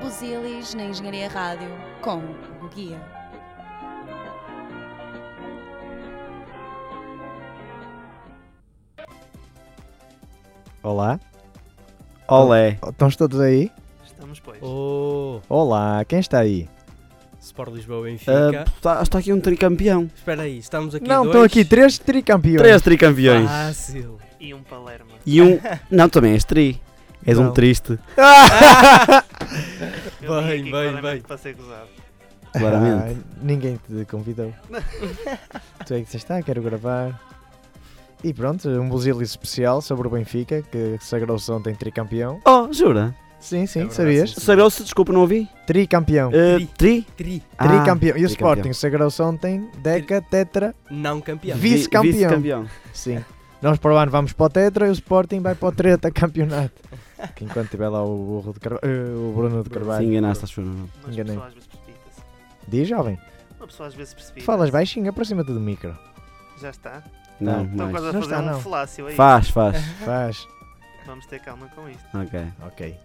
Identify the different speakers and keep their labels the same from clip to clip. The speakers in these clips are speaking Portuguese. Speaker 1: Buzilis na Engenharia Rádio com o Guia.
Speaker 2: Olá.
Speaker 3: Olé.
Speaker 2: Estão todos aí?
Speaker 4: Estamos, pois.
Speaker 5: Oh,
Speaker 2: Olá, quem está aí?
Speaker 5: Sport Lisboa
Speaker 3: Ah,
Speaker 5: Benfica.
Speaker 3: pô, tá- está aqui um tricampeão.
Speaker 5: Espera aí, estamos aqui
Speaker 2: não,
Speaker 5: dois.
Speaker 2: estão aqui três tricampeões.
Speaker 3: Três tricampeões.
Speaker 5: Ah, Fácil.
Speaker 4: E um Palermo.
Speaker 3: E um. Não, também és tri. És um
Speaker 5: Não.
Speaker 3: triste,
Speaker 2: Ah!
Speaker 4: Eu vim
Speaker 5: Bem,
Speaker 4: aqui
Speaker 5: bem,
Speaker 4: claramente
Speaker 5: bem.
Speaker 4: Para ser gozado.
Speaker 3: claramente.
Speaker 2: Ah, ninguém te convidou. tu é que disseste, ah, quero gravar. E pronto, um buzilis especial sobre o Benfica, que sagrou-se ontem tricampeão.
Speaker 3: Oh, jura?
Speaker 2: Sim, sim,
Speaker 5: É verdade,
Speaker 2: sabias?
Speaker 5: sim, sim.
Speaker 3: Sagrou-se, desculpa, não ouvi.
Speaker 2: Tricampeão.
Speaker 3: Ah,
Speaker 5: Tri.
Speaker 3: tri?
Speaker 5: Tri.
Speaker 3: Ah,
Speaker 2: tricampeão. E o
Speaker 3: tricampeão.
Speaker 2: Sporting sagrou-se ontem Deca, Tetra.
Speaker 5: Não campeão.
Speaker 2: Vi-
Speaker 3: vi-
Speaker 2: Vice-campeão.
Speaker 3: Vice-campeão.
Speaker 2: Sim. Nós para o ano vamos para o Tetra e o Sporting vai para o Treta campeonato. Que enquanto tiver lá o, burro de Carvalho- eh, o Bruno de
Speaker 3: Sim,
Speaker 2: Carvalho.
Speaker 3: enganaste, acho eu. não.
Speaker 4: Mas
Speaker 2: Enganei.
Speaker 4: uma pessoa às vezes precipita-se.
Speaker 2: Diz, jovem.
Speaker 4: Uma pessoa às vezes precipita.
Speaker 2: Tu falas baixinho, aproxima-te do micro.
Speaker 4: Já está.
Speaker 3: Não, é
Speaker 4: Estou quase
Speaker 3: mais.
Speaker 2: Não
Speaker 4: a fazer
Speaker 2: está,
Speaker 4: um
Speaker 2: não.
Speaker 4: falácio aí.
Speaker 3: Faz, faz.
Speaker 2: Faz.
Speaker 4: Vamos ter calma com isto.
Speaker 3: Ok.
Speaker 2: Ok.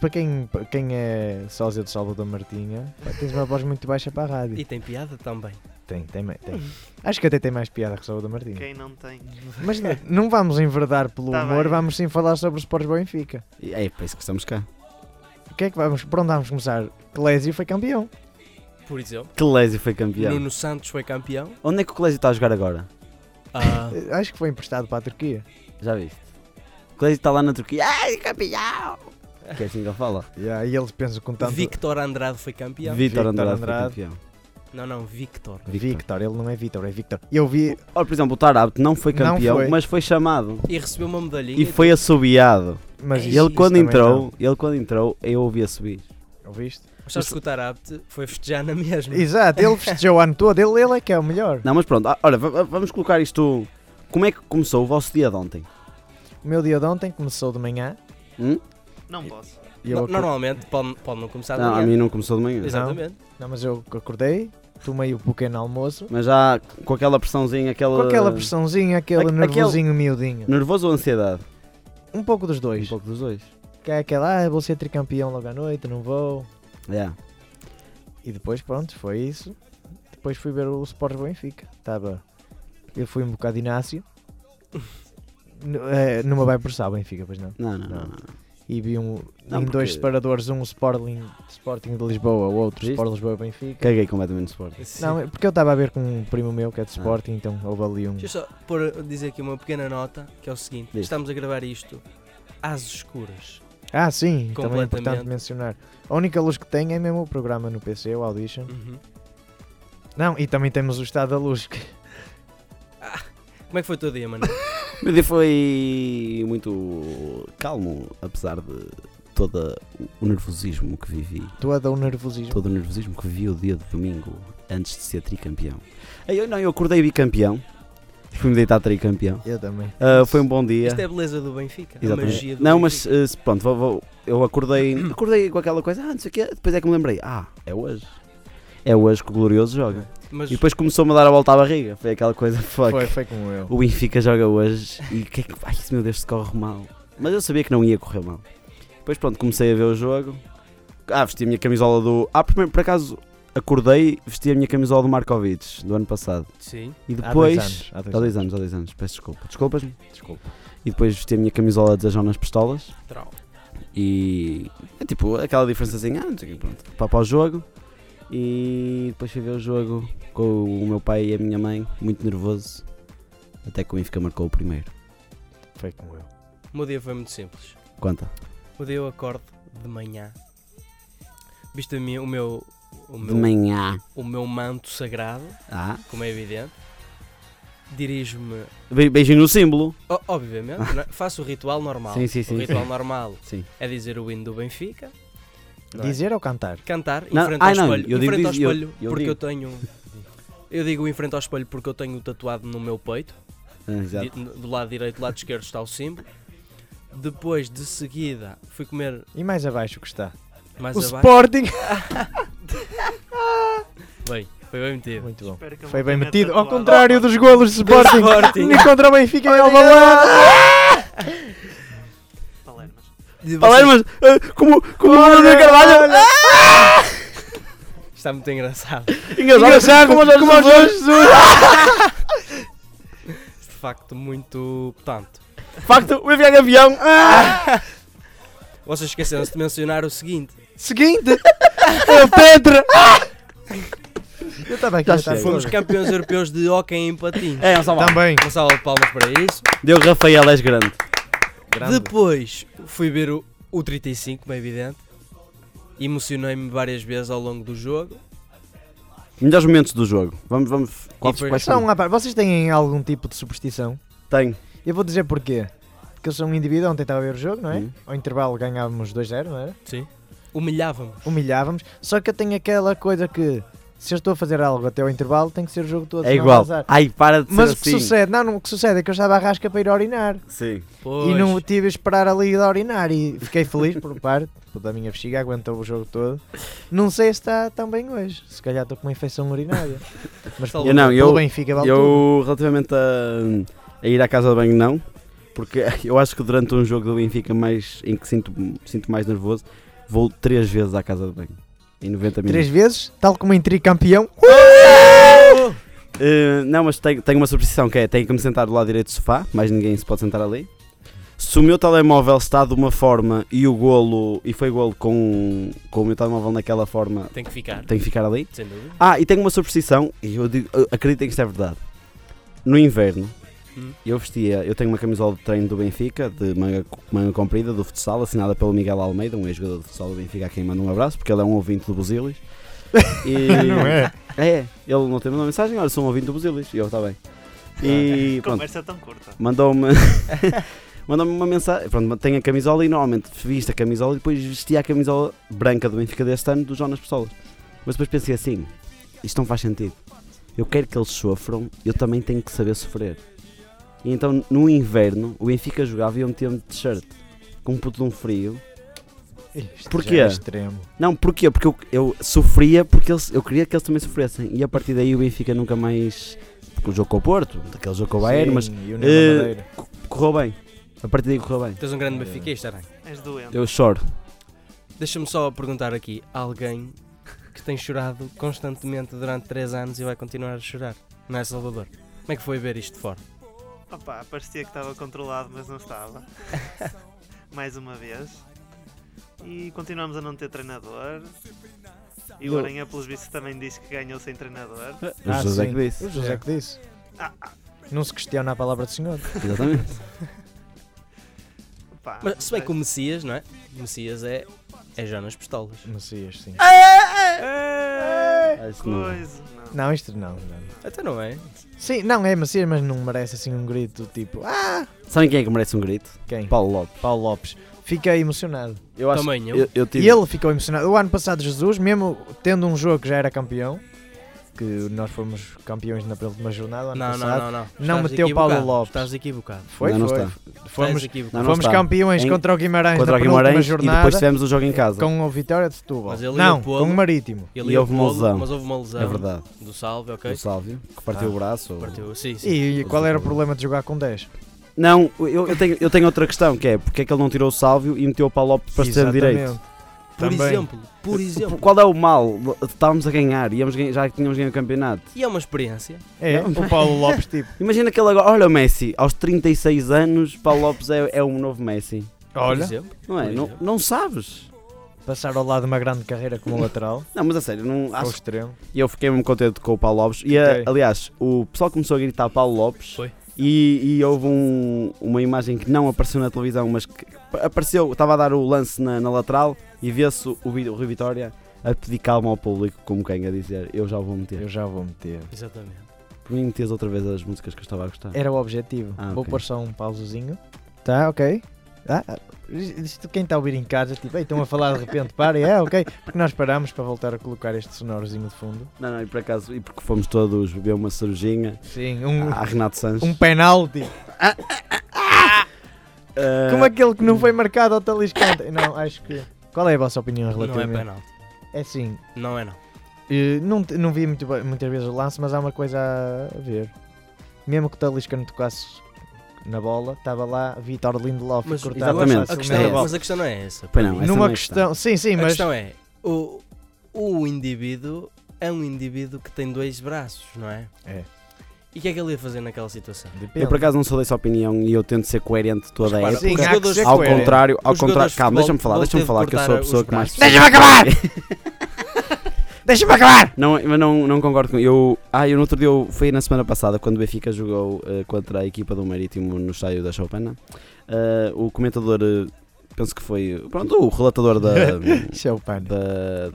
Speaker 2: Para quem, para quem é sósia de Salvador Martinha, pá, tens uma voz muito baixa para a rádio.
Speaker 5: E tem piada também.
Speaker 2: Tem, tem, ma- tem. Acho que até tem mais piada que Salvador Martinha.
Speaker 4: Quem não tem.
Speaker 2: Mas não- não vamos enverdar pelo
Speaker 4: Tá
Speaker 2: humor,
Speaker 4: bem.
Speaker 2: vamos sim falar sobre o Sports Benfica.
Speaker 3: E É para isso que estamos cá.
Speaker 2: O que é que vamos, por onde vamos começar? Clésio foi campeão.
Speaker 5: Por exemplo,
Speaker 3: Clésio foi campeão.
Speaker 5: Nuno Santos foi campeão.
Speaker 3: Onde é que o Clésio está a jogar agora?
Speaker 5: Ah,
Speaker 2: Eh, Acho que foi emprestado para a Turquia.
Speaker 3: Já viste? O Clésio está lá na Turquia. Ai, campeão! Que é assim que ele fala.
Speaker 2: Yeah, e eles pensam com tanto...
Speaker 5: Victor Andrade foi campeão.
Speaker 3: Vítor
Speaker 2: Vítor
Speaker 3: Andrade foi
Speaker 2: Andrade.
Speaker 3: campeão.
Speaker 5: Não, não, Victor.
Speaker 3: Vítor.
Speaker 2: Victor, ele não é Victor, é Victor. Eu vi...
Speaker 3: Ora, por exemplo, o Tarabt não foi
Speaker 2: Não
Speaker 3: campeão,
Speaker 2: foi.
Speaker 3: mas foi chamado.
Speaker 5: E recebeu uma medalhinha.
Speaker 3: E foi assobiado.
Speaker 2: Mas
Speaker 5: Ei,
Speaker 3: E
Speaker 2: isso-
Speaker 3: ele
Speaker 5: Isso
Speaker 3: quando
Speaker 2: também
Speaker 3: entrou, ele quando entrou, eu ouvi a subir.
Speaker 2: não. Ouviste?
Speaker 5: Sabes que o Tarapte foi festejar na mesma.
Speaker 2: Exato, ele festejou o ano todo. Ele, ele é que é o melhor.
Speaker 3: Não, mas pronto, ah, ora, va- va- vamos colocar isto. Como é que começou o vosso dia de ontem?
Speaker 2: O meu dia de ontem começou de manhã.
Speaker 3: Hum?
Speaker 4: Não posso.
Speaker 2: e eu
Speaker 5: No-
Speaker 2: acor-
Speaker 5: Normalmente pode, pode não é- começar de
Speaker 3: Não, a
Speaker 5: manhã.
Speaker 3: mim não começou de manhã.
Speaker 5: Exatamente.
Speaker 2: Não, mas eu acordei, tomei o pequeno almoço,
Speaker 3: Mas já com aquela pressãozinha, aquela.
Speaker 2: com aquela pressãozinha, aquele
Speaker 3: Aque-
Speaker 2: nervosinho miudinho.
Speaker 3: Nervoso ou ansiedade?
Speaker 2: Um pouco dos dois.
Speaker 3: Um pouco dos dois.
Speaker 2: Que é aquela, ah, vou ser tricampeão logo à noite, não vou.
Speaker 3: É.
Speaker 2: E depois, pronto, foi isso. Depois fui ver o Sport Benfica. Estava. Eu fui um bocado inácio. N- eh, Numa vai por sal, Benfica, pois não.
Speaker 3: Não, não, não. não.
Speaker 2: E vi um,
Speaker 3: Não,
Speaker 2: em dois
Speaker 3: porque-
Speaker 2: separadores, um Sporting, Sporting de Lisboa, o outro
Speaker 3: Viste?
Speaker 2: Sport Lisboa Benfica.
Speaker 3: Caguei completamente no Sporting.
Speaker 5: Sim.
Speaker 2: Não, é porque eu estava a ver com um primo meu que é de
Speaker 3: Ah.
Speaker 2: Sporting, então houve ali um.
Speaker 5: Deixa eu só pôr, dizer aqui uma pequena nota, que é o seguinte.
Speaker 3: Diz.
Speaker 5: Estamos a gravar isto às escuras.
Speaker 2: Ah, sim, também é
Speaker 5: Completamente.
Speaker 2: importante mencionar. A única luz que tem é mesmo o programa no PC, o Audition.
Speaker 5: Uhum.
Speaker 2: Não, e também temos o estado da luz. que-
Speaker 5: Como é que foi o teu dia, mano?
Speaker 3: O meu dia foi muito calmo, apesar de todo o nervosismo que vivi.
Speaker 2: Todo o nervosismo.
Speaker 3: Todo o nervosismo que vivi o dia de domingo, antes de ser tricampeão. Aí Eu, não, eu acordei bicampeão. Fui-me deitar tricampeão.
Speaker 2: Eu também.
Speaker 3: Ah, foi um bom dia.
Speaker 5: Isto é a beleza do Benfica. A
Speaker 3: Exatamente.
Speaker 5: magia do
Speaker 3: Não, mas
Speaker 5: Benfica.
Speaker 3: eh, se- pronto, vou- vou- eu acordei, acordei com aquela coisa, ah, não sei o quê, depois é que me lembrei, ah, é hoje. É hoje que o Glorioso joga.
Speaker 5: mas.
Speaker 3: E depois começou-me a dar a volta à barriga. Foi aquela coisa, fuck.
Speaker 2: Foi, foi como eu.
Speaker 3: O Benfica joga hoje e o que é que. Ai, meu Deus, se corre mal. Mas eu sabia que não ia correr mal. Depois, pronto, comecei a ver o jogo. Ah, vesti a minha camisola do. Ah, primeiro, por acaso, acordei, vesti a minha camisola do Markovic, do ano passado.
Speaker 5: Sim.
Speaker 3: E
Speaker 2: Há dois
Speaker 3: depois. Tá
Speaker 2: anos. Há dois
Speaker 3: Há
Speaker 2: anos.
Speaker 3: dois anos, há dois anos, peço desculpa. Desculpas-me?
Speaker 2: Desculpa.
Speaker 3: E depois vesti a minha camisola de Jonas Pistolas.
Speaker 5: Trau.
Speaker 3: E é tipo aquela diferença assim, ah, não sei o quê, pronto, pá para o jogo. E depois fui ver o jogo com o meu pai e a minha mãe, muito nervoso. Até que o Benfica marcou o primeiro.
Speaker 2: Foi como eu.
Speaker 5: O meu dia foi muito simples.
Speaker 3: Conta.
Speaker 5: O dia eu acordo de manhã. Visto a minha, o meu. O
Speaker 3: De
Speaker 5: meu,
Speaker 3: manhã.
Speaker 5: o meu manto sagrado,
Speaker 3: Ah,
Speaker 5: como é evidente. Dirijo-me.
Speaker 3: be- beijinho no símbolo.
Speaker 5: o- obviamente, não- é? faço o ritual normal.
Speaker 3: Ah. Sim, sim,
Speaker 5: O
Speaker 3: sim.
Speaker 5: ritual normal
Speaker 3: Sim.
Speaker 5: é dizer o hino do Benfica. não é?
Speaker 2: Dizer ou cantar?
Speaker 5: Cantar em
Speaker 3: Não,
Speaker 5: frente
Speaker 3: ah,
Speaker 5: ao
Speaker 3: não,
Speaker 5: espelho.
Speaker 3: eu
Speaker 5: em
Speaker 3: digo
Speaker 5: frente ao
Speaker 3: isso, eu-
Speaker 5: espelho,
Speaker 3: eu
Speaker 5: porque
Speaker 3: digo.
Speaker 5: eu tenho. Eu digo em frente ao espelho porque eu tenho tatuado no meu peito.
Speaker 3: Ah, exato.
Speaker 5: Di- do lado direito, do lado esquerdo está o símbolo. Depois, de seguida, fui comer
Speaker 2: E mais abaixo o que está?
Speaker 5: mais
Speaker 2: o
Speaker 5: abaixo.
Speaker 2: Sporting!
Speaker 5: Bem, foi bem metido.
Speaker 2: Muito bom.
Speaker 4: Espero que eu
Speaker 2: Foi
Speaker 4: não
Speaker 2: bem
Speaker 4: tenha
Speaker 2: metido. Ao
Speaker 4: tatuado.
Speaker 2: contrário dos golos do Sporting.
Speaker 5: Sporting.
Speaker 2: E contra o Benfica em Alvalade.
Speaker 4: Palermas.
Speaker 5: de vocês-
Speaker 3: Palermas, ah, como, como o Bruno Carvalho.
Speaker 5: Está muito engraçado.
Speaker 3: Engraçado, como os como os Jesus.
Speaker 5: De facto, muito. Portanto,
Speaker 3: De facto, o Benfica é campeão. Ah!
Speaker 5: vocês esqueceram-se de mencionar o seguinte:
Speaker 2: Seguinte! É o Pedro! Eu também
Speaker 3: Já
Speaker 2: queria estar
Speaker 3: chega.
Speaker 5: fomos
Speaker 2: fora.
Speaker 5: campeões europeus de hóquei em patins.
Speaker 3: É, um salve.
Speaker 2: Também.
Speaker 5: Uma salva de palmas para isso.
Speaker 3: Deu Rafael, és grande.
Speaker 5: Depois fui ver o, o 35, como é evidente. Emocionei-me várias vezes ao longo do jogo.
Speaker 3: Melhores momentos do jogo. Vamos, vamos. Qual
Speaker 5: foi-
Speaker 3: quais
Speaker 2: Só um
Speaker 3: são?
Speaker 2: rapaz, vocês têm algum tipo de superstição?
Speaker 3: Tenho.
Speaker 2: Eu vou dizer porquê. Porque eu sou um indivíduo, ontem estava a ver o jogo, não é?
Speaker 3: Hum.
Speaker 2: Ao intervalo ganhávamos 2-0, não era?
Speaker 5: Sim. Humilhávamos.
Speaker 2: Humilhávamos. Só que eu tenho aquela coisa que se eu estou a fazer algo até ao intervalo, tem que ser o jogo todo.
Speaker 3: É
Speaker 2: senão
Speaker 3: igual.
Speaker 2: vou azar.
Speaker 3: Ai, para de ser
Speaker 2: Mas o que
Speaker 3: assim.
Speaker 2: sucede? Não, não, o que sucede é que eu estava à rasca para ir orinar.
Speaker 3: Sim.
Speaker 5: Pois.
Speaker 2: E não tive a esperar ali de orinar e fiquei feliz por parte da minha bexiga, aguentou o jogo todo. Não sei se está tão bem hoje. Se calhar estou com uma infecção urinária. Mas
Speaker 5: Eu
Speaker 2: pelo,
Speaker 3: não,
Speaker 2: pelo
Speaker 3: eu-
Speaker 2: Benfica vale tudo.
Speaker 3: Eu, relativamente a, a ir à casa do banho, não. Porque eu acho que durante um jogo do Benfica mais, em que sinto, sinto mais nervoso, vou três vezes à casa do banho. Em 90
Speaker 2: Três
Speaker 3: minutos.
Speaker 2: vezes, tal como em tricampeão.
Speaker 3: Eh, não, mas tenho, tenho uma superstição que é, tenho que me sentar do lado direito do sofá, mais ninguém se pode sentar ali. Se o meu telemóvel está de uma forma e o golo, e foi golo com, com o meu telemóvel naquela forma,
Speaker 5: Tem que ficar,
Speaker 3: tenho que ficar ali.
Speaker 5: sem dúvida.
Speaker 3: Ah, e tenho uma superstição, e eu, digo, eu acredito que isto é verdade. No inverno,
Speaker 5: Hum.
Speaker 3: eu vestia, eu tenho uma camisola de treino do Benfica, de manga, manga comprida, do futsal, assinada pelo Miguel Almeida, um ex-jogador de futsal do Benfica, a quem manda um abraço, porque ele é um ouvinte do Buzilis. E-
Speaker 2: Não é?
Speaker 3: É, ele não tem uma mensagem, olha, sou um ouvinte do Buzilis, e eu, está bem. E pronto,
Speaker 4: Conversa tão curta.
Speaker 3: mandou-me... Mandou-me uma mensagem, pronto, tenho a camisola e normalmente visto a camisola e depois vestia a camisola branca do Benfica deste ano do Jonas Pessoa. Mas depois pensei assim: isto não faz sentido. Eu quero que eles sofram, eu também tenho que saber sofrer. E então no inverno o Benfica jogava e eu metia-me de t-shirt com um puto de um frio.
Speaker 2: Isto
Speaker 3: Porquê?
Speaker 2: já é extremo.
Speaker 3: Não, porquê? Porque eu, eu sofria porque eles, eu queria que eles também sofressem. E a partir daí o Benfica nunca mais. Porque o jogo com o Porto, daquele jogo com o Bayern, mas
Speaker 2: Sim, e o
Speaker 3: eh,
Speaker 2: Nuno Madeira.
Speaker 3: correu bem. A partir daí correu bem.
Speaker 5: Tens um grande benfiquista, bem.
Speaker 4: És doente.
Speaker 3: Eu choro.
Speaker 5: Deixa-me só perguntar aqui: alguém que tem chorado constantemente durante 3 anos e vai continuar a chorar? Não é Salvador? Como é que foi ver isto de fora?
Speaker 4: Opa, parecia que estava controlado, mas não estava. Mais uma vez. E continuamos a não ter treinador. E o
Speaker 3: Eu-
Speaker 4: Aranha, pelos vistos, também disse que ganhou sem treinador.
Speaker 3: O
Speaker 2: Ah,
Speaker 3: José
Speaker 2: sim.
Speaker 3: que disse.
Speaker 2: O José que disse.
Speaker 4: Ah,
Speaker 2: Não se questiona a palavra do senhor.
Speaker 3: Exatamente.
Speaker 4: Opa,
Speaker 5: Mas se bem que o
Speaker 4: não
Speaker 5: Messias, não é? O Messias é, é Jonas Pistolas.
Speaker 2: Messias, sim.
Speaker 3: Ah, isso
Speaker 4: sei.
Speaker 3: não-
Speaker 4: Coisa. Não.
Speaker 2: Não, isto não, não.
Speaker 5: Até não é?
Speaker 2: Sim, não, é Messias, mas não merece assim um grito tipo. Ah!
Speaker 3: Sabem quem é que merece um grito?
Speaker 2: Quem?
Speaker 3: Paulo Lopes.
Speaker 2: Paulo Lopes. Fiquei emocionado.
Speaker 3: Eu acho
Speaker 5: Também eu.
Speaker 3: eu, eu tive-
Speaker 2: E ele ficou emocionado. O ano passado, Jesus, mesmo tendo um jogo que já era campeão, que nós fomos campeões na penúltima jornada, o ano
Speaker 5: Não,
Speaker 2: passado.
Speaker 5: não, não, não.
Speaker 2: não
Speaker 5: Estás
Speaker 2: meteu Paulo
Speaker 5: equivocado.
Speaker 2: Lopes.
Speaker 5: Estás equivocado.
Speaker 2: Foi,
Speaker 3: Não, não
Speaker 2: foi.
Speaker 3: está.
Speaker 5: Fomos,
Speaker 2: Fomos,
Speaker 5: Estás equivocado.
Speaker 3: Não, não
Speaker 2: fomos
Speaker 3: está.
Speaker 2: campeões
Speaker 3: Em-
Speaker 2: contra o Guimarães
Speaker 3: contra o
Speaker 2: na penúltima
Speaker 3: Guimarães e depois
Speaker 2: jornada
Speaker 3: tivemos o jogo em casa.
Speaker 2: com a vitória de Setúbal.
Speaker 5: Mas ele e
Speaker 2: não,
Speaker 5: o Polo-
Speaker 2: com o Marítimo.
Speaker 5: Ele
Speaker 3: E houve uma
Speaker 5: pôde,
Speaker 3: lesão.
Speaker 5: Mas houve uma lesão.
Speaker 3: É verdade.
Speaker 5: Do salve, ok.
Speaker 3: O Sálvio, que partiu
Speaker 2: Ah,
Speaker 3: o braço. ou-
Speaker 5: Partiu, sim, sim.
Speaker 2: E, e qual era o problema de jogar com 10?
Speaker 3: Não, eu, eu tenho, eu tenho outra questão, que é porque é que ele não tirou o Sálvio e meteu o Paulo Lopes para ser direito?
Speaker 5: por
Speaker 2: também.
Speaker 5: exemplo, por exemplo.
Speaker 3: Qual é o mal? Estávamos a ganhar, íamos ganhar já tínhamos ganho o campeonato.
Speaker 5: E é uma experiência.
Speaker 2: É, o Paulo Lopes, tipo,
Speaker 3: Imagina que ele agora, olha o Messi, aos 36 anos, Paulo Lopes é, é um novo Messi.
Speaker 5: Por
Speaker 2: olha,
Speaker 5: exemplo.
Speaker 3: Não é?
Speaker 5: Por
Speaker 3: Não,
Speaker 5: exemplo.
Speaker 3: não sabes.
Speaker 2: passar ao lado de uma grande carreira como lateral,
Speaker 3: Não, mas a sério, não,
Speaker 2: ao
Speaker 3: acho,
Speaker 2: extremo.
Speaker 3: E eu fiquei muito contente com o Paulo Lopes. E, a-
Speaker 2: Ok.
Speaker 3: aliás, o pessoal começou a gritar Paulo Lopes.
Speaker 5: Foi.
Speaker 3: E, e houve um- uma imagem que não apareceu na televisão, mas que apareceu, estava a dar o lance na, na lateral e vê-se o, Vi- o Rui Vitória a pedir calma ao público, como quem a dizer, eu já vou meter.
Speaker 2: Eu já vou meter.
Speaker 5: Exatamente.
Speaker 3: Por mim metias outra vez as músicas que eu estava a gostar.
Speaker 2: Era o objetivo.
Speaker 3: Ah,
Speaker 2: Vou
Speaker 3: ok.
Speaker 2: pôr só um pausozinho. Tá, ok. Ah, ah, isto quem está a ouvir em casa, tipo, "Ei, estão a falar de repente, para, é, ok. Porque nós parámos para voltar a colocar este sonorozinho de fundo.
Speaker 3: Não, não, e por acaso, e porque fomos todos beber uma cervejinha
Speaker 2: Sim, um,
Speaker 3: a Renato Sanches.
Speaker 2: um penalti.
Speaker 3: Ah,
Speaker 2: Como aquele que não foi marcado ao Talisca ontem. Não, acho que. Qual é a vossa opinião
Speaker 5: Não é
Speaker 2: relativamente?
Speaker 5: penalti.
Speaker 2: é assim,
Speaker 5: Não é não.
Speaker 2: eh, não, te- não vi muito bem- muitas vezes o lance, mas há uma coisa a ver. Mesmo que o Talisca não tocasse na bola, estava lá Vitor Lindelof
Speaker 5: Mas,
Speaker 2: e cortava
Speaker 3: exatamente.
Speaker 5: a
Speaker 2: facilmente.
Speaker 5: questão,
Speaker 3: é-
Speaker 5: mas a questão não é essa.
Speaker 3: Pois não, essa
Speaker 2: Numa
Speaker 3: não é a questão.
Speaker 2: questão, sim, sim,
Speaker 5: a
Speaker 2: mas
Speaker 5: questão é, o, o indivíduo é um indivíduo que tem dois braços, não é?
Speaker 2: É.
Speaker 5: E o que é que ele ia fazer naquela situação?
Speaker 2: depende.
Speaker 3: Eu por acaso não sou dessa opinião e eu tento ser coerente toda
Speaker 5: Mas
Speaker 3: a
Speaker 5: repara,
Speaker 2: Sim,
Speaker 3: época.
Speaker 5: os
Speaker 2: há que
Speaker 5: jogadores-
Speaker 2: ser
Speaker 3: Ao
Speaker 2: coerente.
Speaker 3: contrário, ao
Speaker 5: é Os jogadores
Speaker 3: contrário,
Speaker 5: de
Speaker 3: calma,
Speaker 5: futebol-
Speaker 3: deixa-me falar, deixa-me falar que eu sou a
Speaker 5: teve que
Speaker 3: pessoa que
Speaker 5: cortar
Speaker 3: mais.
Speaker 5: os braços.
Speaker 3: acabar!
Speaker 2: Deixa-me acabar!
Speaker 3: Não, mas não, não concordo com. Eu, ah, eu no outro dia, eu- foi na semana passada, quando o Benfica jogou eh, contra a equipa do Marítimo no estádio da Chopana. eh, o comentador, eh, penso que foi. Pronto, o relatador da.
Speaker 2: Isso é o pano.
Speaker 3: da,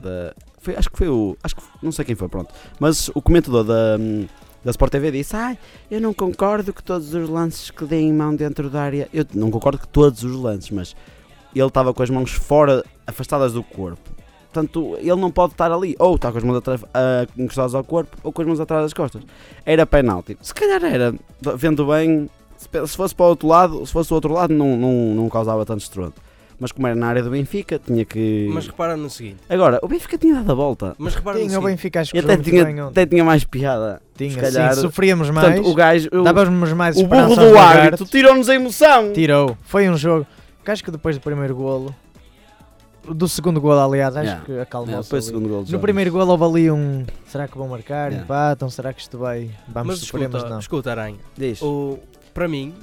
Speaker 3: da- foi, acho que foi o. Acho que não sei quem foi, pronto. Mas o comentador da, da Sport TV disse: Ai, eu não concordo que todos os lances que deem mão dentro da área. Eu não concordo que todos os lances, mas ele estava com as mãos fora, afastadas do corpo. Portanto, ele não pode estar ali. Ou está com as mãos atrás, ah, encostadas ao corpo, ou com as mãos atrás das costas. Era penalti. Se calhar era. D- Vendo bem, se pe- se fosse para o outro lado, se fosse o outro lado, não, não, não causava tanto estrondo. Mas como era na área do Benfica, tinha que.
Speaker 5: Mas repara no seguinte.
Speaker 3: Agora, o Benfica tinha dado a volta.
Speaker 5: Mas repara no
Speaker 2: Tinha o
Speaker 5: seguinte.
Speaker 2: Benfica, acho que
Speaker 3: Eu assim. até
Speaker 2: jogou muito bem
Speaker 3: tinha,
Speaker 2: ontem.
Speaker 3: até tinha mais piada.
Speaker 2: Tinha,
Speaker 3: se
Speaker 2: sim,
Speaker 3: calhar-
Speaker 2: sofríamos mais,
Speaker 3: Portanto, o gajo. o-
Speaker 2: dávamos mais
Speaker 3: o burro
Speaker 2: esperança
Speaker 3: do
Speaker 2: aos
Speaker 3: árbitro
Speaker 2: lagartos.
Speaker 3: tirou-nos a emoção.
Speaker 2: Tirou. Foi um jogo. que Acho que depois do primeiro golo, do segundo golo, aliás, acho
Speaker 3: Yeah.
Speaker 2: que
Speaker 3: É,
Speaker 2: acalmou-se.
Speaker 3: depois
Speaker 2: ali.
Speaker 3: do segundo gol.
Speaker 2: no primeiro golo houve ali um. Será que vão marcar?
Speaker 3: Yeah.
Speaker 2: Empatam? Será que isto vai. Vamos
Speaker 5: Mas
Speaker 2: sofrer, mas
Speaker 5: escuta,
Speaker 2: não.
Speaker 5: escuta, Aranha.
Speaker 3: Diz.
Speaker 5: O, para mim,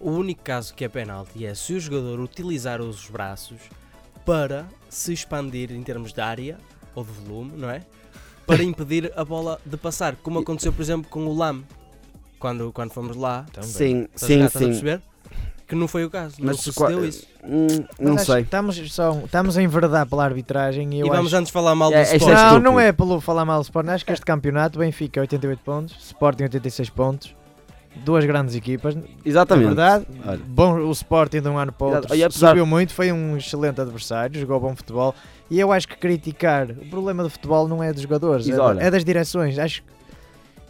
Speaker 5: o único caso que é penalti é se o jogador utilizar os braços para se expandir em termos de área ou de volume, não é? Para impedir a bola de passar, como aconteceu, por exemplo, com o Lam, quando, quando fomos lá.
Speaker 2: Também.
Speaker 3: Sim,
Speaker 5: Estás a-
Speaker 3: sim,
Speaker 5: estás a
Speaker 3: sim.
Speaker 5: perceber? Que não foi o caso.
Speaker 3: Mas
Speaker 5: Mas
Speaker 3: se
Speaker 5: não
Speaker 3: qua-
Speaker 5: sucedeu isso.
Speaker 3: Hum,
Speaker 2: Mas
Speaker 3: Não
Speaker 2: acho que é
Speaker 3: sei.
Speaker 2: Estamos, só, estamos a enverdar pela arbitragem e eu
Speaker 5: e vamos
Speaker 2: acho.
Speaker 5: antes falar mal do
Speaker 3: É,
Speaker 5: Sport.
Speaker 3: isto
Speaker 2: Não,
Speaker 3: estúpido.
Speaker 2: não é pelo falar mal do Sporting. Acho que este campeonato, Benfica 88 pontos, Sporting 86 pontos. Duas grandes equipas, na
Speaker 3: Exatamente.
Speaker 2: verdade.
Speaker 3: Olha,
Speaker 2: Bom, o Sporting de um ano para o outro
Speaker 3: E apesar-
Speaker 2: subiu muito, foi um excelente adversário, jogou bom futebol. E eu acho que criticar, o problema do futebol não é dos jogadores,
Speaker 3: Isso,
Speaker 2: é,
Speaker 3: olha.
Speaker 2: é das direções. Acho que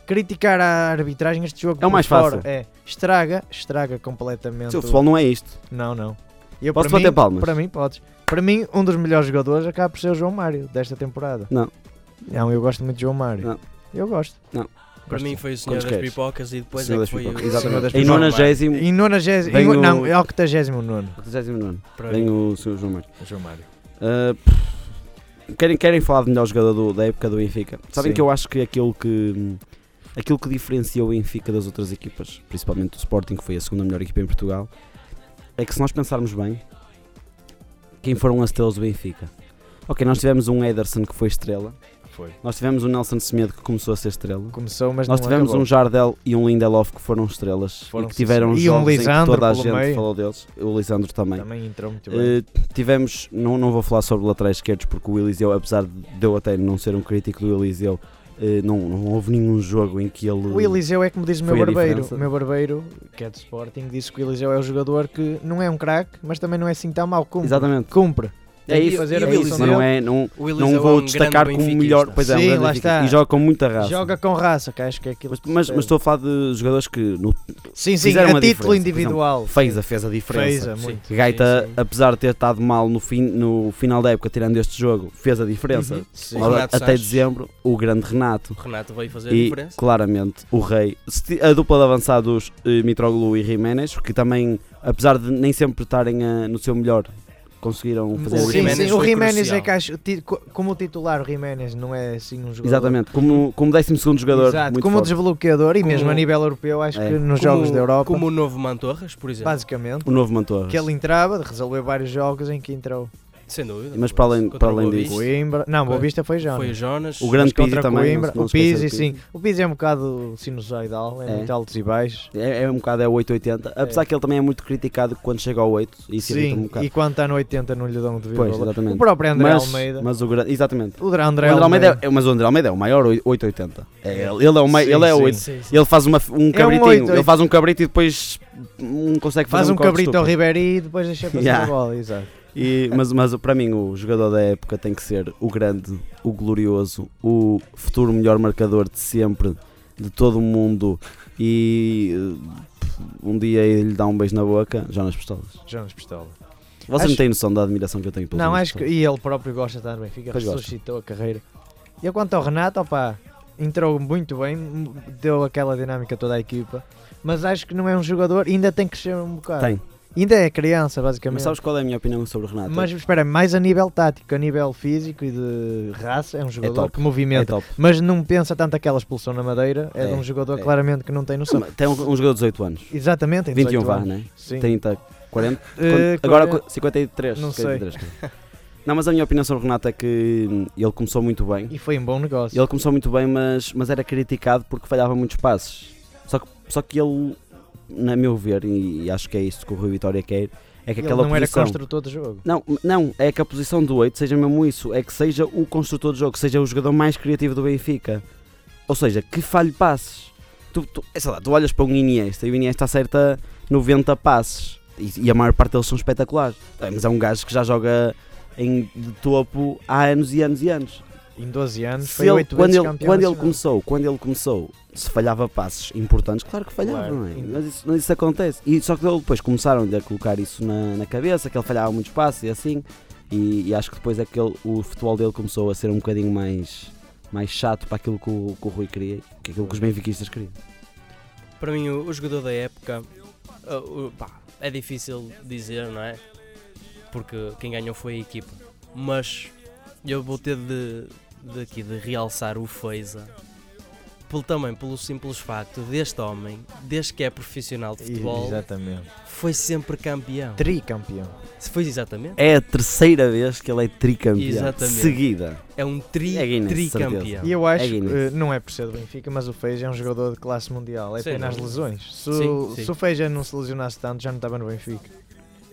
Speaker 2: criticar a arbitragem este jogo
Speaker 3: É o
Speaker 2: por
Speaker 3: mais
Speaker 2: fora,
Speaker 3: fácil.
Speaker 2: É, estraga, estraga completamente.
Speaker 3: seu
Speaker 2: o-
Speaker 3: futebol não é isto.
Speaker 2: Não, não. Eu,
Speaker 3: Posso
Speaker 2: para
Speaker 3: bater
Speaker 2: mim,
Speaker 3: palmas?
Speaker 2: Para mim podes. Para mim, um dos melhores jogadores acaba por ser o João Mário desta temporada.
Speaker 3: Não.
Speaker 2: Não, eu gosto muito de João Mário.
Speaker 3: Não.
Speaker 2: Eu gosto.
Speaker 3: Não.
Speaker 5: Para
Speaker 2: Gosto.
Speaker 5: mim foi o senhor
Speaker 3: Quantos
Speaker 5: das
Speaker 3: queres?
Speaker 5: pipocas e depois
Speaker 3: Senhor
Speaker 5: é
Speaker 3: das
Speaker 5: que foi
Speaker 3: pipocas.
Speaker 5: o
Speaker 2: Exatamente.
Speaker 5: das
Speaker 3: Em
Speaker 5: pipocas.
Speaker 3: 90.
Speaker 2: Em 90,
Speaker 3: Vem o-
Speaker 2: não, é 89.
Speaker 3: 89.
Speaker 5: Para
Speaker 3: Vem
Speaker 5: mim.
Speaker 3: o Sr. João Mário.
Speaker 2: João Mário.
Speaker 3: Ah, pff, Querem, querem falar de melhor jogador do- da época do Benfica? Sabem
Speaker 2: Sim.
Speaker 3: que eu acho que aquilo que aquilo que diferencia o Benfica das outras equipas, principalmente do Sporting, que foi a segunda melhor equipa em Portugal, é que se nós pensarmos bem, quem foram as estrelas do Benfica? Ok, nós tivemos um Ederson que foi estrela,
Speaker 2: Foi.
Speaker 3: nós tivemos um Nelson Semedo que começou a ser estrela,
Speaker 2: Começou, mas
Speaker 3: nós
Speaker 2: não
Speaker 3: tivemos
Speaker 2: acabou.
Speaker 3: um Jardel e um Lindelof que foram estrelas
Speaker 2: Foram,
Speaker 3: e que tiveram
Speaker 2: sim, sim. E um
Speaker 3: jogos em que
Speaker 2: Lisandro
Speaker 3: toda a
Speaker 2: pelo
Speaker 3: gente
Speaker 2: meio.
Speaker 3: falou deles, o Lisandro também.
Speaker 2: Também entrou muito bem.
Speaker 3: Uh, tivemos, não, não vou falar sobre laterais esquerdos porque o Eliseu, apesar de eu até não ser um crítico do Eliseu, uh, não, não houve nenhum jogo em que ele.
Speaker 2: O Eliseu é como diz o meu
Speaker 3: Foi a
Speaker 2: barbeiro.
Speaker 3: diferença.
Speaker 2: O meu barbeiro, que é do Sporting, disse que o Eliseu é o jogador que não é um craque, mas também não é assim tão mau. Cumpre.
Speaker 3: Exatamente.
Speaker 2: Cumpre.
Speaker 3: É
Speaker 5: E-
Speaker 3: isso,
Speaker 5: e
Speaker 2: fazer
Speaker 5: o
Speaker 2: a
Speaker 3: é isso,
Speaker 2: função
Speaker 3: mas
Speaker 5: Eliseu-
Speaker 3: não é. Não,
Speaker 5: o
Speaker 3: não
Speaker 5: Eliseu é um
Speaker 3: vou
Speaker 5: grande
Speaker 3: destacar como
Speaker 5: benfiquista.
Speaker 3: melhor. Pois é, um
Speaker 2: Sim,
Speaker 3: grande
Speaker 2: lá
Speaker 3: Benfica.
Speaker 2: está.
Speaker 3: E joga com muita raça.
Speaker 2: Joga com raça, que acho que é aquilo
Speaker 3: Mas,
Speaker 2: que se
Speaker 3: mas, mas
Speaker 2: pede.
Speaker 3: estou a falar de jogadores que no,
Speaker 2: Sim, sim,
Speaker 3: fizeram
Speaker 2: a
Speaker 3: uma
Speaker 2: título
Speaker 3: diferença,
Speaker 2: individual.
Speaker 3: fez, a, fez a diferença.
Speaker 2: Fez a é muito.
Speaker 5: Sim.
Speaker 3: Gaita,
Speaker 5: sim.
Speaker 3: apesar de ter estado mal no, fim, no final da época, tirando este jogo, fez a diferença.
Speaker 2: Uhum. Sim.
Speaker 3: Agora,
Speaker 5: Renato
Speaker 3: até
Speaker 5: Sanches.
Speaker 3: dezembro, o grande Renato.
Speaker 5: O Renato veio fazer a
Speaker 3: E
Speaker 5: é diferença.
Speaker 3: claramente o rei, Se ti- a dupla de avançados eh, Mitroglou e Jiménez, que também, apesar de nem sempre estarem eh, no seu melhor, conseguiram fazer a
Speaker 5: O
Speaker 2: Sim,
Speaker 3: diferença.
Speaker 5: Jiménez
Speaker 2: sim, o
Speaker 5: foi
Speaker 2: Jiménez
Speaker 5: crucial.
Speaker 2: é que acho, ti- co- como titular, o Jiménez não é assim um jogador.
Speaker 3: Exatamente, como, como 12 jogador.
Speaker 2: Exato,
Speaker 3: muito
Speaker 2: como um
Speaker 3: forte.
Speaker 2: desbloqueador e
Speaker 5: Como-
Speaker 2: mesmo a nível europeu, acho
Speaker 3: É.
Speaker 2: que nos jogos da Europa,
Speaker 5: Como o novo Mantorras, por exemplo.
Speaker 2: basicamente,
Speaker 3: O novo Mantorras.
Speaker 2: que é ele entrava, resolveu vários jogos em que entrou.
Speaker 5: Sem dúvida.
Speaker 3: Mas para além-
Speaker 5: Contra
Speaker 3: para
Speaker 5: o
Speaker 3: além
Speaker 5: Boa
Speaker 3: disso-
Speaker 5: Vista,
Speaker 2: Coimbra, não, Boa
Speaker 5: Foi-
Speaker 2: Vista foi já.
Speaker 5: Foi o Jonas.
Speaker 3: O grande Pizzi
Speaker 2: contra
Speaker 3: também.
Speaker 2: Coimbra,
Speaker 3: não se- não
Speaker 2: o
Speaker 3: se esquecer
Speaker 2: Pizzi,
Speaker 3: do
Speaker 2: sim. O Pizzi é um bocado sinusoidal, é,
Speaker 3: É.
Speaker 2: muito altos e baixos.
Speaker 3: É, é um bocado é 880, apesar que ele também é muito criticado quando chega ao 8 e se irrita um
Speaker 2: Sim,
Speaker 3: bocado.
Speaker 2: e quando está no 80 não lhe dão de
Speaker 3: Pois,
Speaker 2: vírgula.
Speaker 3: exatamente.
Speaker 2: O próprio André
Speaker 3: mas,
Speaker 2: Almeida.
Speaker 3: mas o grande, exatamente.
Speaker 2: O André,
Speaker 3: O André Almeida
Speaker 2: Almeida
Speaker 3: é, mas o André Almeida é o maior oi- 880. É, ele, ele é o, mei-
Speaker 2: Sim,
Speaker 3: ele é o
Speaker 2: sim. É
Speaker 3: oito- Ele faz uma, f- um cabritinho,
Speaker 2: oito,
Speaker 3: ele
Speaker 2: oito.
Speaker 3: faz um cabrito e depois hum, consegue fazer
Speaker 2: faz um,
Speaker 3: corte
Speaker 2: cabrito ao
Speaker 3: estúpido.
Speaker 2: Ribéry e depois deixa passar
Speaker 3: Yeah.
Speaker 2: a bola, exato.
Speaker 3: E- mas, mas para mim o jogador da época tem que ser o grande, o glorioso, o futuro melhor marcador de sempre, de todo o mundo. E eh, um dia ele dá um beijo na boca, Jonas Pistolas.
Speaker 2: Jonas Pistola.
Speaker 3: Vocês
Speaker 2: Acho-
Speaker 3: não têm noção da admiração que eu tenho pelo
Speaker 2: Não,
Speaker 3: Jonas
Speaker 2: acho que.
Speaker 3: Pistolas.
Speaker 2: E ele próprio gosta também, fica
Speaker 3: Pois gosta.
Speaker 2: ressuscitou a carreira. E eu quanto ao Renato, opá, entrou muito bem, m- deu aquela dinâmica a toda a equipa. Mas acho que não é um jogador, ainda tem que crescer um bocado.
Speaker 3: Tem.
Speaker 2: Ainda é criança,
Speaker 3: Mas
Speaker 2: basicamente.
Speaker 3: sabes qual é a minha opinião sobre o Renato? É
Speaker 2: Mas espera, mais a nível tático, a nível físico e de raça, é um jogador
Speaker 3: top.
Speaker 2: que
Speaker 3: é
Speaker 2: movimenta.
Speaker 3: top.
Speaker 2: Mas não pensa tanto aquela expulsão na madeira, é, de
Speaker 3: É,
Speaker 2: um jogador
Speaker 3: é.
Speaker 2: claramente que não tem noção.
Speaker 3: Tem um, um jogador de 18 anos.
Speaker 2: Exatamente, tem
Speaker 3: 21
Speaker 2: 18
Speaker 3: vá,
Speaker 2: anos.
Speaker 3: né?
Speaker 2: Sim.
Speaker 3: 30, 40.
Speaker 2: Eh,
Speaker 3: quando- agora
Speaker 2: quarenta-
Speaker 3: co- 53.
Speaker 2: Não sei.
Speaker 3: 53, sim. né? Não, mas a minha opinião sobre o Renato é que hum, ele começou muito bem.
Speaker 2: E foi um bom negócio.
Speaker 3: Ele começou muito bem, mas, mas era criticado porque falhava muitos passes. Só que, só que ele, na meu ver, e, e acho que é isso que o Rui Vitória quer, é
Speaker 2: Ele
Speaker 3: que aquela
Speaker 2: não era
Speaker 3: posição...
Speaker 2: construtor de jogo.
Speaker 3: Não, não, é que a posição do 8 seja mesmo isso, é que seja o construtor de jogo, seja o jogador mais criativo do Benfica. Ou seja, que falhe passes. Tu, tu, é, sei lá, tu olhas para um Iniesta e o Iniesta acerta 90 passes e, e a maior parte deles são espetaculares. Ah, mas é um gajo que já joga em de topo há anos e anos e anos.
Speaker 2: Em 12 anos,
Speaker 3: Se
Speaker 2: foi
Speaker 3: ele-
Speaker 2: 8
Speaker 3: quando
Speaker 2: vezes
Speaker 3: ele,
Speaker 2: campeão
Speaker 3: quando ele
Speaker 2: nacional.
Speaker 3: começou, quando ele começou, se falhava passes importantes, claro que falhava,
Speaker 2: Claro.
Speaker 3: não é? Mas isso, mas isso acontece. E só que ele depois começaram a colocar isso na, na cabeça, que ele falhava muitos passes e assim. E, e acho que depois é que ele- o futebol dele começou a ser um bocadinho mais, mais chato para aquilo que o, que o Rui queria, que aquilo que os benfiquistas queriam.
Speaker 5: Para mim, o, o jogador da época, ah, o- pá, é difícil dizer, não é? Porque quem ganhou foi a equipa. Mas eu vou ter de, de aqui de realçar o Feiza. Pelo, também pelo simples facto deste homem, desde que é profissional de
Speaker 2: E-
Speaker 5: futebol,
Speaker 2: Exatamente.
Speaker 5: foi sempre campeão.
Speaker 2: Tricampeão.
Speaker 5: Se Foi exatamente.
Speaker 3: É a terceira vez que ele é tricampeão
Speaker 5: Exatamente.
Speaker 3: seguida.
Speaker 5: É um tri,
Speaker 3: É Guinness,
Speaker 5: tricampeão.
Speaker 3: certeza.
Speaker 2: E eu acho
Speaker 3: É
Speaker 2: que
Speaker 3: Guinness.
Speaker 2: eh, não é por ser do Benfica, mas o Feijo é um jogador de classe mundial. É
Speaker 5: Sim.
Speaker 2: apenas lesões. Se,
Speaker 5: Sim, sim.
Speaker 2: se o Feijo não se lesionasse tanto, já não estava no Benfica.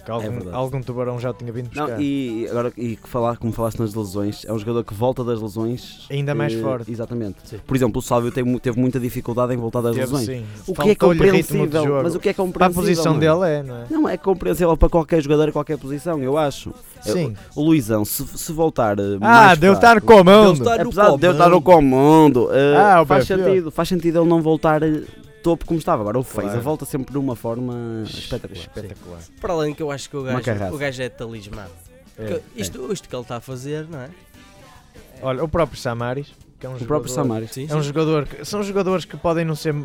Speaker 2: Que algum,
Speaker 3: É verdade.
Speaker 2: algum tubarão já o tinha vindo buscar.
Speaker 3: Não, e agora, e que falar, como falaste nas lesões, é um jogador que volta das lesões eh,
Speaker 2: Ainda mais forte.
Speaker 3: Exatamente.
Speaker 5: Sim.
Speaker 3: Por exemplo, o Sálvio teve, mu- teve muita dificuldade em voltar das
Speaker 2: Teve,
Speaker 3: lesões.
Speaker 2: sim.
Speaker 3: O que é
Speaker 2: Faltou-lhe ritmo de
Speaker 3: compreensível,
Speaker 2: jogo.
Speaker 3: mas o que é
Speaker 2: Para a
Speaker 3: compreensível.
Speaker 2: posição
Speaker 3: não é?
Speaker 2: dele é, não é?
Speaker 3: Não, é compreensível para qualquer jogador, a qualquer posição, eu acho. Eu-
Speaker 2: Sim.
Speaker 3: O Luizão, se, se voltar. eh,
Speaker 2: Ah,
Speaker 3: mais
Speaker 2: deu
Speaker 3: fraco-
Speaker 2: estar com a mão.
Speaker 5: Deu
Speaker 3: Apesar
Speaker 5: estar-
Speaker 3: de eu
Speaker 5: comando.
Speaker 3: estar no comando, eh,
Speaker 2: Ah, o
Speaker 3: faz,
Speaker 2: pé é pior.
Speaker 3: sentido, faz sentido ele não voltar eh, topo como estava. Agora o fez,
Speaker 2: Claro.
Speaker 3: a volta sempre de uma forma espetacular.
Speaker 2: Espetacular.
Speaker 5: Para além que eu acho que o
Speaker 3: Uma carraça.
Speaker 5: gajo, o gajo é talismã.
Speaker 2: É.
Speaker 5: Que- isto, isto que ele está a fazer, não é?
Speaker 2: Olha, o próprio Samaris, que é um
Speaker 3: O próprio
Speaker 2: jogador
Speaker 3: Samaris.
Speaker 5: Sim,
Speaker 2: É um jogador que, são jogadores que podem não ser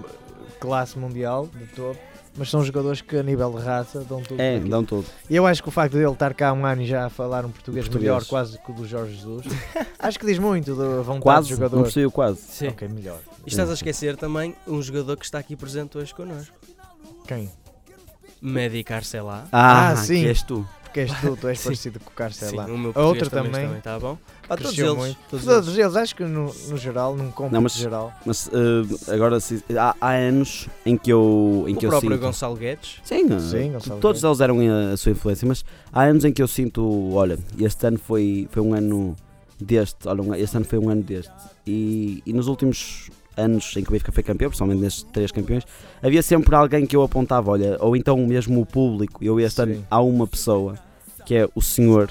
Speaker 2: classe mundial de topo, mas são jogadores que a nível de raça dão tudo.
Speaker 3: É,
Speaker 2: por aquilo.
Speaker 3: dão tudo.
Speaker 2: E Eu acho que o facto de ele estar cá há um ano e já a falar um português,
Speaker 3: Português.
Speaker 2: melhor quase que o do Jorge Jesus, acho que diz muito da vontade do
Speaker 3: Quase, não
Speaker 2: jogador.
Speaker 3: percebi o quase.
Speaker 5: Sim.
Speaker 2: Ok, melhor.
Speaker 5: E estás a esquecer também um jogador que está aqui presente hoje connosco.
Speaker 2: Quem?
Speaker 5: Medi Carcelá.
Speaker 3: Ah,
Speaker 2: Ah, sim.
Speaker 3: que és tu.
Speaker 2: Porque és tu, tu és
Speaker 5: Sim.
Speaker 2: parecido com o
Speaker 5: Sim,
Speaker 2: Carcela.
Speaker 5: o meu
Speaker 2: A outra
Speaker 5: português também,
Speaker 2: também.
Speaker 5: também está bom. Ah, todos
Speaker 2: Cresceu
Speaker 5: eles.
Speaker 2: muito.
Speaker 5: Todos
Speaker 2: Todos eles, acho que no, no geral, num
Speaker 3: Não,
Speaker 2: combo
Speaker 3: mas-
Speaker 2: geral.
Speaker 3: Mas eh, agora se- há, há anos em que eu, em
Speaker 5: O
Speaker 3: que eu
Speaker 5: próprio
Speaker 3: sinto.
Speaker 5: Gonçalo Guedes.
Speaker 3: Sim, eh,
Speaker 2: Sim, Gonçalo
Speaker 3: todos
Speaker 2: Guedes.
Speaker 3: eles eram eh, a, a sua influência, mas há anos em que eu sinto, olha, este ano foi, foi um ano deste, olha, um- este ano foi um ano deste. E, e nos últimos anos em que o Benfica foi campeão, principalmente nestes três campeões, havia sempre alguém que eu apontava, olha, ou então mesmo o público, eu este
Speaker 2: Sim.
Speaker 3: ano há uma pessoa, que é o senhor,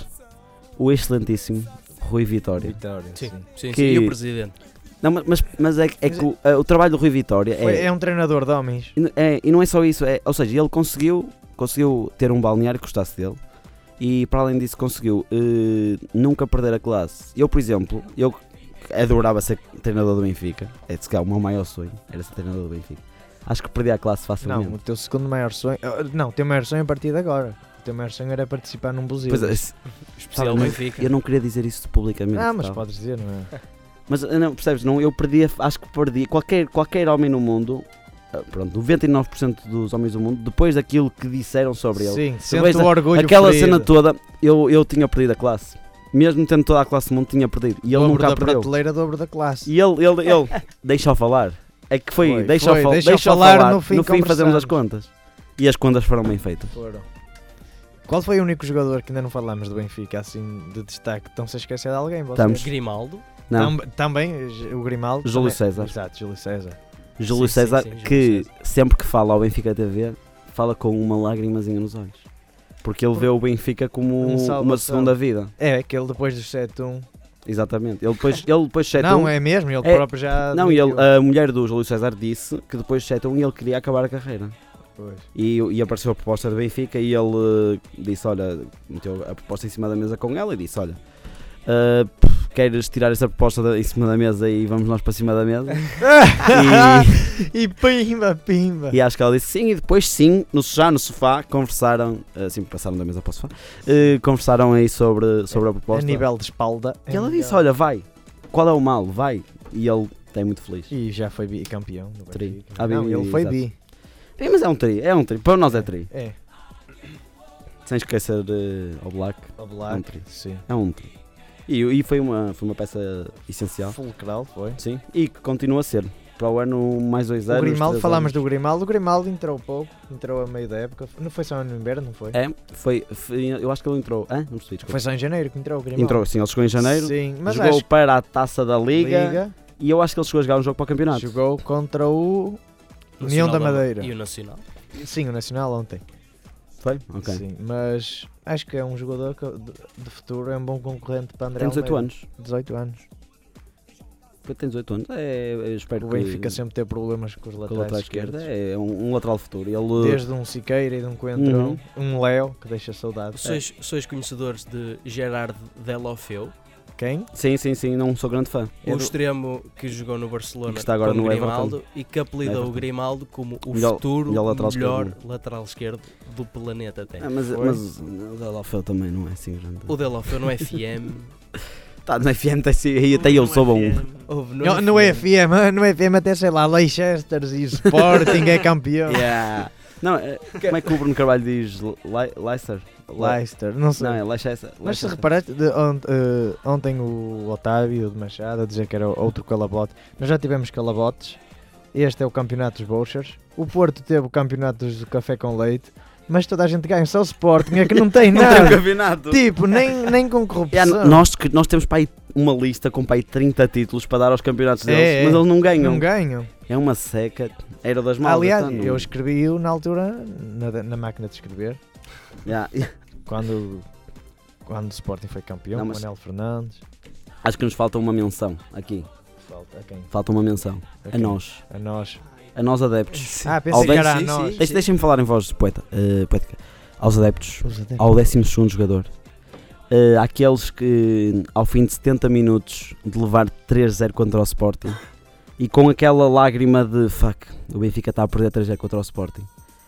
Speaker 3: o excelentíssimo Rui Vitória.
Speaker 2: Vitória,
Speaker 5: Sim.
Speaker 2: sim.
Speaker 5: Sim,
Speaker 3: Que-
Speaker 5: sim. E o presidente.
Speaker 3: Não, mas- mas, mas é, que- é que o, eh, o trabalho do Rui Vitória
Speaker 2: Foi- é um treinador de homens.
Speaker 3: E n- É, e não é só isso, é, ou seja, ele conseguiu, conseguiu ter um balneário que gostasse dele e para além disso conseguiu eh, nunca perder a classe. Eu, por exemplo, eu adorava ser treinador do Benfica, é se calhar o meu maior sonho era ser treinador do Benfica. Acho que perdi a classe facilmente.
Speaker 2: Não, o teu segundo maior sonho. ah, Não, o teu maior sonho a partir de agora. O teu maior sonho era participar num buzio.
Speaker 3: Pois é, se-
Speaker 5: Especial
Speaker 3: Sabe,
Speaker 5: Benfica.
Speaker 3: eu não queria dizer isso publicamente. tá?
Speaker 2: Ah, mas
Speaker 3: sabe?
Speaker 2: podes dizer, não é?
Speaker 3: Mas eh, não, percebes, não, eu perdi, a- acho que perdi, qualquer, qualquer homem no mundo, eh, pronto, 99% dos homens do mundo, depois daquilo que disseram sobre ele,
Speaker 2: Sim,
Speaker 3: vês
Speaker 2: sente o
Speaker 3: a-
Speaker 2: orgulho.
Speaker 3: Aquela
Speaker 2: ferido.
Speaker 3: cena toda, eu, eu tinha perdido a classe. Mesmo tendo toda a classe do mundo, tinha perdido. E ele
Speaker 2: dobro
Speaker 3: nunca
Speaker 2: da
Speaker 3: perdeu.
Speaker 2: prateleira, dobro da classe.
Speaker 3: E ele, ele, ele deixa-o falar. É que foi,
Speaker 2: Foi,
Speaker 3: deixa-o
Speaker 2: foi,
Speaker 3: fal-
Speaker 2: deixa-o
Speaker 3: deixa-o
Speaker 2: falar,
Speaker 3: falar.
Speaker 2: no fim
Speaker 3: fazemos as
Speaker 2: conversamos.
Speaker 3: contas. E as contas foram bem feitas.
Speaker 2: Foram. Qual foi o único jogador que ainda não falámos do Benfica, assim, de destaque? Estão-se a esquecer de alguém? vocês?
Speaker 3: Estamos.
Speaker 5: Grimaldo.
Speaker 3: Não,
Speaker 2: Tam- também eh, o Grimaldo.
Speaker 3: Júlio
Speaker 2: também-
Speaker 3: César.
Speaker 2: Exato, Júlio César.
Speaker 3: Júlio
Speaker 5: sim,
Speaker 3: César,
Speaker 5: sim, Júlio
Speaker 3: que sempre que fala ao Benfica TV, fala com uma lagrimazinha nos olhos. Porque ele vê o Benfica como
Speaker 2: Um salvação.
Speaker 3: uma segunda vida.
Speaker 2: É, aquele depois do 7-1.
Speaker 3: Exatamente. Ele depois, ele depois de 7-1,
Speaker 2: Não, é mesmo, ele
Speaker 3: É-
Speaker 2: próprio já.
Speaker 3: Não, e ele,
Speaker 2: admitiu.
Speaker 3: a mulher do Júlio César disse que depois de 7-1 ele queria acabar a carreira.
Speaker 2: Pois.
Speaker 3: E, e apareceu a proposta do Benfica e ele eh, disse, olha, meteu a proposta em cima da mesa com ela e disse, olha, eh, pff, queres tirar esta proposta da- em cima da mesa e vamos nós para cima da mesa.
Speaker 2: e... pimba, pimba.
Speaker 3: E acho que ela disse sim, e depois sim, no, já no sofá, conversaram, assim, passaram da mesa para o sofá, eh, conversaram aí sobre, sobre a
Speaker 2: A
Speaker 3: proposta.
Speaker 2: nível de espalda.
Speaker 3: E ela disse, olha, vai, qual é o mal, vai. E ele tem muito feliz.
Speaker 2: E já foi bicampeão. do
Speaker 3: Tri.
Speaker 2: Benfica.
Speaker 3: Ah, bi-
Speaker 2: Não, ele foi
Speaker 3: exato.
Speaker 2: bi.
Speaker 3: Sim, mas é um tri, é um tri, para nós é tri.
Speaker 2: É,
Speaker 3: Sem esquecer eh, o Black,
Speaker 2: o
Speaker 3: é um
Speaker 2: Black.
Speaker 3: tri.
Speaker 2: Sim.
Speaker 3: É um tri. E, e foi, uma, foi uma peça essencial,
Speaker 2: Fulcral foi.
Speaker 3: sim, e que continua a ser. Para o ano, mais dois
Speaker 2: O
Speaker 3: anos.
Speaker 2: Grimaldo,
Speaker 3: três
Speaker 2: falámos
Speaker 3: anos.
Speaker 2: do Grimaldo. O Grimaldo entrou pouco, entrou a meio da época. Não foi só no inverno, não foi?
Speaker 3: É, foi, foi- eu acho que ele entrou, hã? Não percebi, desculpa.
Speaker 2: Foi só em janeiro que entrou o Grimaldo.
Speaker 3: Entrou, sim, ele chegou em janeiro,
Speaker 2: Sim, mas
Speaker 3: jogou
Speaker 2: acho que
Speaker 3: para a taça da Liga.
Speaker 2: Liga
Speaker 3: E eu acho que ele chegou a jogar um jogo para o campeonato.
Speaker 2: jogou contra o. União
Speaker 5: Nacional
Speaker 2: da Madeira.
Speaker 5: E o Nacional.
Speaker 2: Sim, o Nacional ontem.
Speaker 3: Foi? Ok.
Speaker 2: Sim, mas acho que é um jogador que, de, de futuro, é um bom concorrente para André
Speaker 3: Tem 18
Speaker 2: Almeida.
Speaker 3: anos.
Speaker 2: 18 anos.
Speaker 3: Tem 18 anos. É, eu espero
Speaker 2: O
Speaker 3: que
Speaker 2: Benfica sempre teve problemas com os
Speaker 3: com o
Speaker 2: laterais
Speaker 3: lateral esquerda.
Speaker 2: esquerdos.
Speaker 3: É um, um lateral futuro. Ele
Speaker 2: Desde um Siqueira e de um Coentrão,
Speaker 3: Uhum.
Speaker 2: um Léo, que deixa saudade.
Speaker 5: Sois, sois conhecedores de Gerard Delofeu,
Speaker 2: Quem?
Speaker 3: Sim, sim, sim. Não sou grande fã.
Speaker 5: o
Speaker 2: Eu não-
Speaker 5: extremo que jogou no Barcelona
Speaker 3: E que está agora
Speaker 5: com
Speaker 3: no Everton.
Speaker 5: Grimaldo e que apelidou o
Speaker 3: Everton.
Speaker 5: Grimaldo como o
Speaker 3: Melhor-
Speaker 5: futuro
Speaker 3: melhor
Speaker 5: melhor,
Speaker 3: lateral
Speaker 5: lateral,
Speaker 3: esquerdo do
Speaker 5: esquerdo do planeta até.
Speaker 3: Ah, mas,
Speaker 2: Foi.
Speaker 3: mas o Dalafeu também não é assim grande.
Speaker 5: O Delofeu é no FM.
Speaker 3: Tá, no FM tem sim. Aí até um. eu sou bom.
Speaker 4: é
Speaker 5: Houve no
Speaker 2: No, no
Speaker 3: é
Speaker 2: FM, no FM até sei lá, Leicester e Sporting é campeão.
Speaker 3: Yeah. Não, é- como é que o Bruno Carvalho diz? Le- Le- Leicester? Le-
Speaker 2: Leicester, não sei.
Speaker 3: Não, é Leicester.
Speaker 2: Mas se
Speaker 3: Leicester.
Speaker 2: reparaste, de ont- eh, ontem o Otávio de Machado a dizer que era outro calabote. Nós já tivemos calabotes. Este é o campeonato dos Bolsers. O Porto teve o campeonato dos do Café com Leite. Mas toda a gente ganha, só o Sporting é que não tem
Speaker 3: Não tem o
Speaker 2: nada.
Speaker 3: campeonato.
Speaker 2: tipo, nem, nem com
Speaker 3: Yeah,
Speaker 2: corrupção.
Speaker 3: nós, que- nós temos para aí uma lista com para aí 30 títulos para dar aos campeonatos
Speaker 2: É,
Speaker 3: deles,
Speaker 2: é.
Speaker 3: mas eles não ganham.
Speaker 2: não ganham.
Speaker 3: É uma seca. Era das malas.
Speaker 2: Aliás,
Speaker 3: então, não-
Speaker 2: eu escrevi-o na altura na, na máquina de escrever,
Speaker 3: Yeah.
Speaker 2: quando, quando o Sporting foi campeão,
Speaker 3: Não,
Speaker 2: com
Speaker 3: mas-
Speaker 2: Manuel Fernandes.
Speaker 3: Acho que nos falta uma menção aqui.
Speaker 2: Falta a quem?
Speaker 3: Falta uma menção.
Speaker 2: A,
Speaker 3: A
Speaker 2: quem?
Speaker 3: nós.
Speaker 2: A nós.
Speaker 3: A nós adeptos.
Speaker 2: Ah, pensei
Speaker 3: Ao
Speaker 2: que era a
Speaker 5: sim,
Speaker 2: nós.
Speaker 5: sim.
Speaker 3: Deixa- Deixem-me falar em voz de poeta. eh, poética. Aos adeptos.
Speaker 2: Os adeptos.
Speaker 3: Ao 12 jogador. Eh, àqueles que, ao fim de 70 minutos, de levar 3-0 contra o Sporting. E com aquela lágrima de fuck, o Benfica está a perder 3-0 contra o Sporting.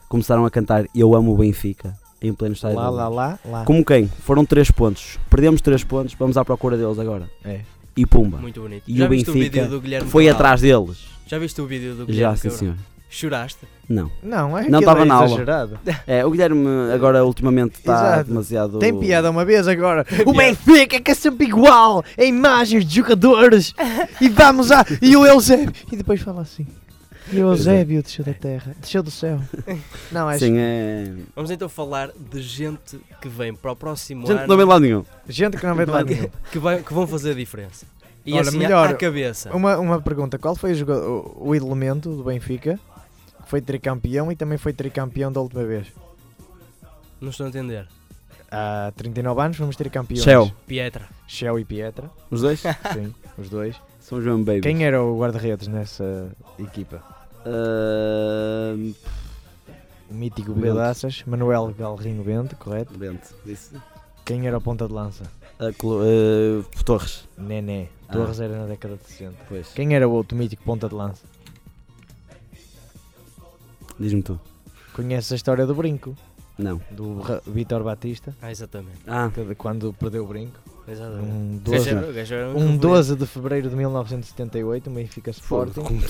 Speaker 3: Começaram a cantar Eu amo o Benfica em pleno estádio.
Speaker 2: Lá,
Speaker 3: da
Speaker 2: lá,
Speaker 3: luz.
Speaker 2: lá, lá.
Speaker 3: Como quem? Foram 3 pontos. Perdemos 3 pontos, vamos à procura deles agora.
Speaker 2: É.
Speaker 3: E pumba.
Speaker 5: Muito bonito.
Speaker 3: E
Speaker 5: Já
Speaker 3: o
Speaker 5: viste o
Speaker 3: Benfica
Speaker 5: vídeo do Guilherme
Speaker 3: Foi
Speaker 5: Cabral?
Speaker 3: atrás deles.
Speaker 5: Já viste o vídeo do Guilherme
Speaker 3: Já, sim,
Speaker 5: Cabral?
Speaker 3: senhor.
Speaker 5: Choraste?
Speaker 3: Não.
Speaker 2: Não, é
Speaker 3: Não
Speaker 2: aquilo
Speaker 3: estava
Speaker 2: é
Speaker 3: na aula.
Speaker 2: exagerado.
Speaker 3: É, o Guilherme agora ultimamente está
Speaker 2: Exato.
Speaker 3: demasiado.
Speaker 2: Tem piada uma vez agora. O
Speaker 5: piada.
Speaker 2: Benfica que é sempre igual. É imagens de jogadores. E vamos a. E o Eusébio. E depois fala assim.
Speaker 3: é.
Speaker 2: E o Eusébio desceu da terra. Desceu do céu. Não, acho
Speaker 3: Sim, é.
Speaker 5: Vamos então falar de gente que vem para o próximo
Speaker 3: Gente, não
Speaker 5: ano
Speaker 3: vem lá nenhum.
Speaker 2: Gente que não vê de lado nenhum.
Speaker 5: que, vai- que vão fazer a diferença. E
Speaker 2: Ora,
Speaker 5: assim,
Speaker 2: melhor- um
Speaker 5: à cabeça.
Speaker 2: Uma, uma pergunta: qual foi o, joga- o- o elemento do Benfica que foi tricampeão e também foi tricampeão da última vez?
Speaker 5: Não estou a entender.
Speaker 2: Há 39 anos fomos tricampeões.
Speaker 3: Shell.
Speaker 5: Pietra.
Speaker 2: Shell e Pietra,
Speaker 3: Os dois? é?
Speaker 2: sim, os dois.
Speaker 3: Somos mesmo baby.
Speaker 2: Quem era o guarda-redes nessa equipa?
Speaker 3: Ah,
Speaker 2: O mítico
Speaker 3: Bento.
Speaker 2: Bedaças, Manuel Galrinho Bento, correto?
Speaker 3: Bento. Disse.
Speaker 2: Quem era o ponta de lança?
Speaker 3: Ah, Clo- ah, Torres.
Speaker 2: Nené.
Speaker 3: Ah.
Speaker 2: Torres era na década de 60.
Speaker 3: Pois.
Speaker 2: Quem era o outro mítico ponta de lança?
Speaker 3: Diz-me tu.
Speaker 2: Conhece a história do brinco,
Speaker 3: Não.
Speaker 2: do Ra- Vítor Batista,
Speaker 5: Ah, exatamente.
Speaker 3: Ah,
Speaker 2: que de- quando perdeu o brinco.
Speaker 5: exatamente.
Speaker 2: Um
Speaker 5: O gajo
Speaker 2: 12
Speaker 5: era- o gajo é era
Speaker 2: Um
Speaker 5: favorito.
Speaker 2: 12 de fevereiro de 1978, o Benfica
Speaker 3: fogo.
Speaker 2: Sporting,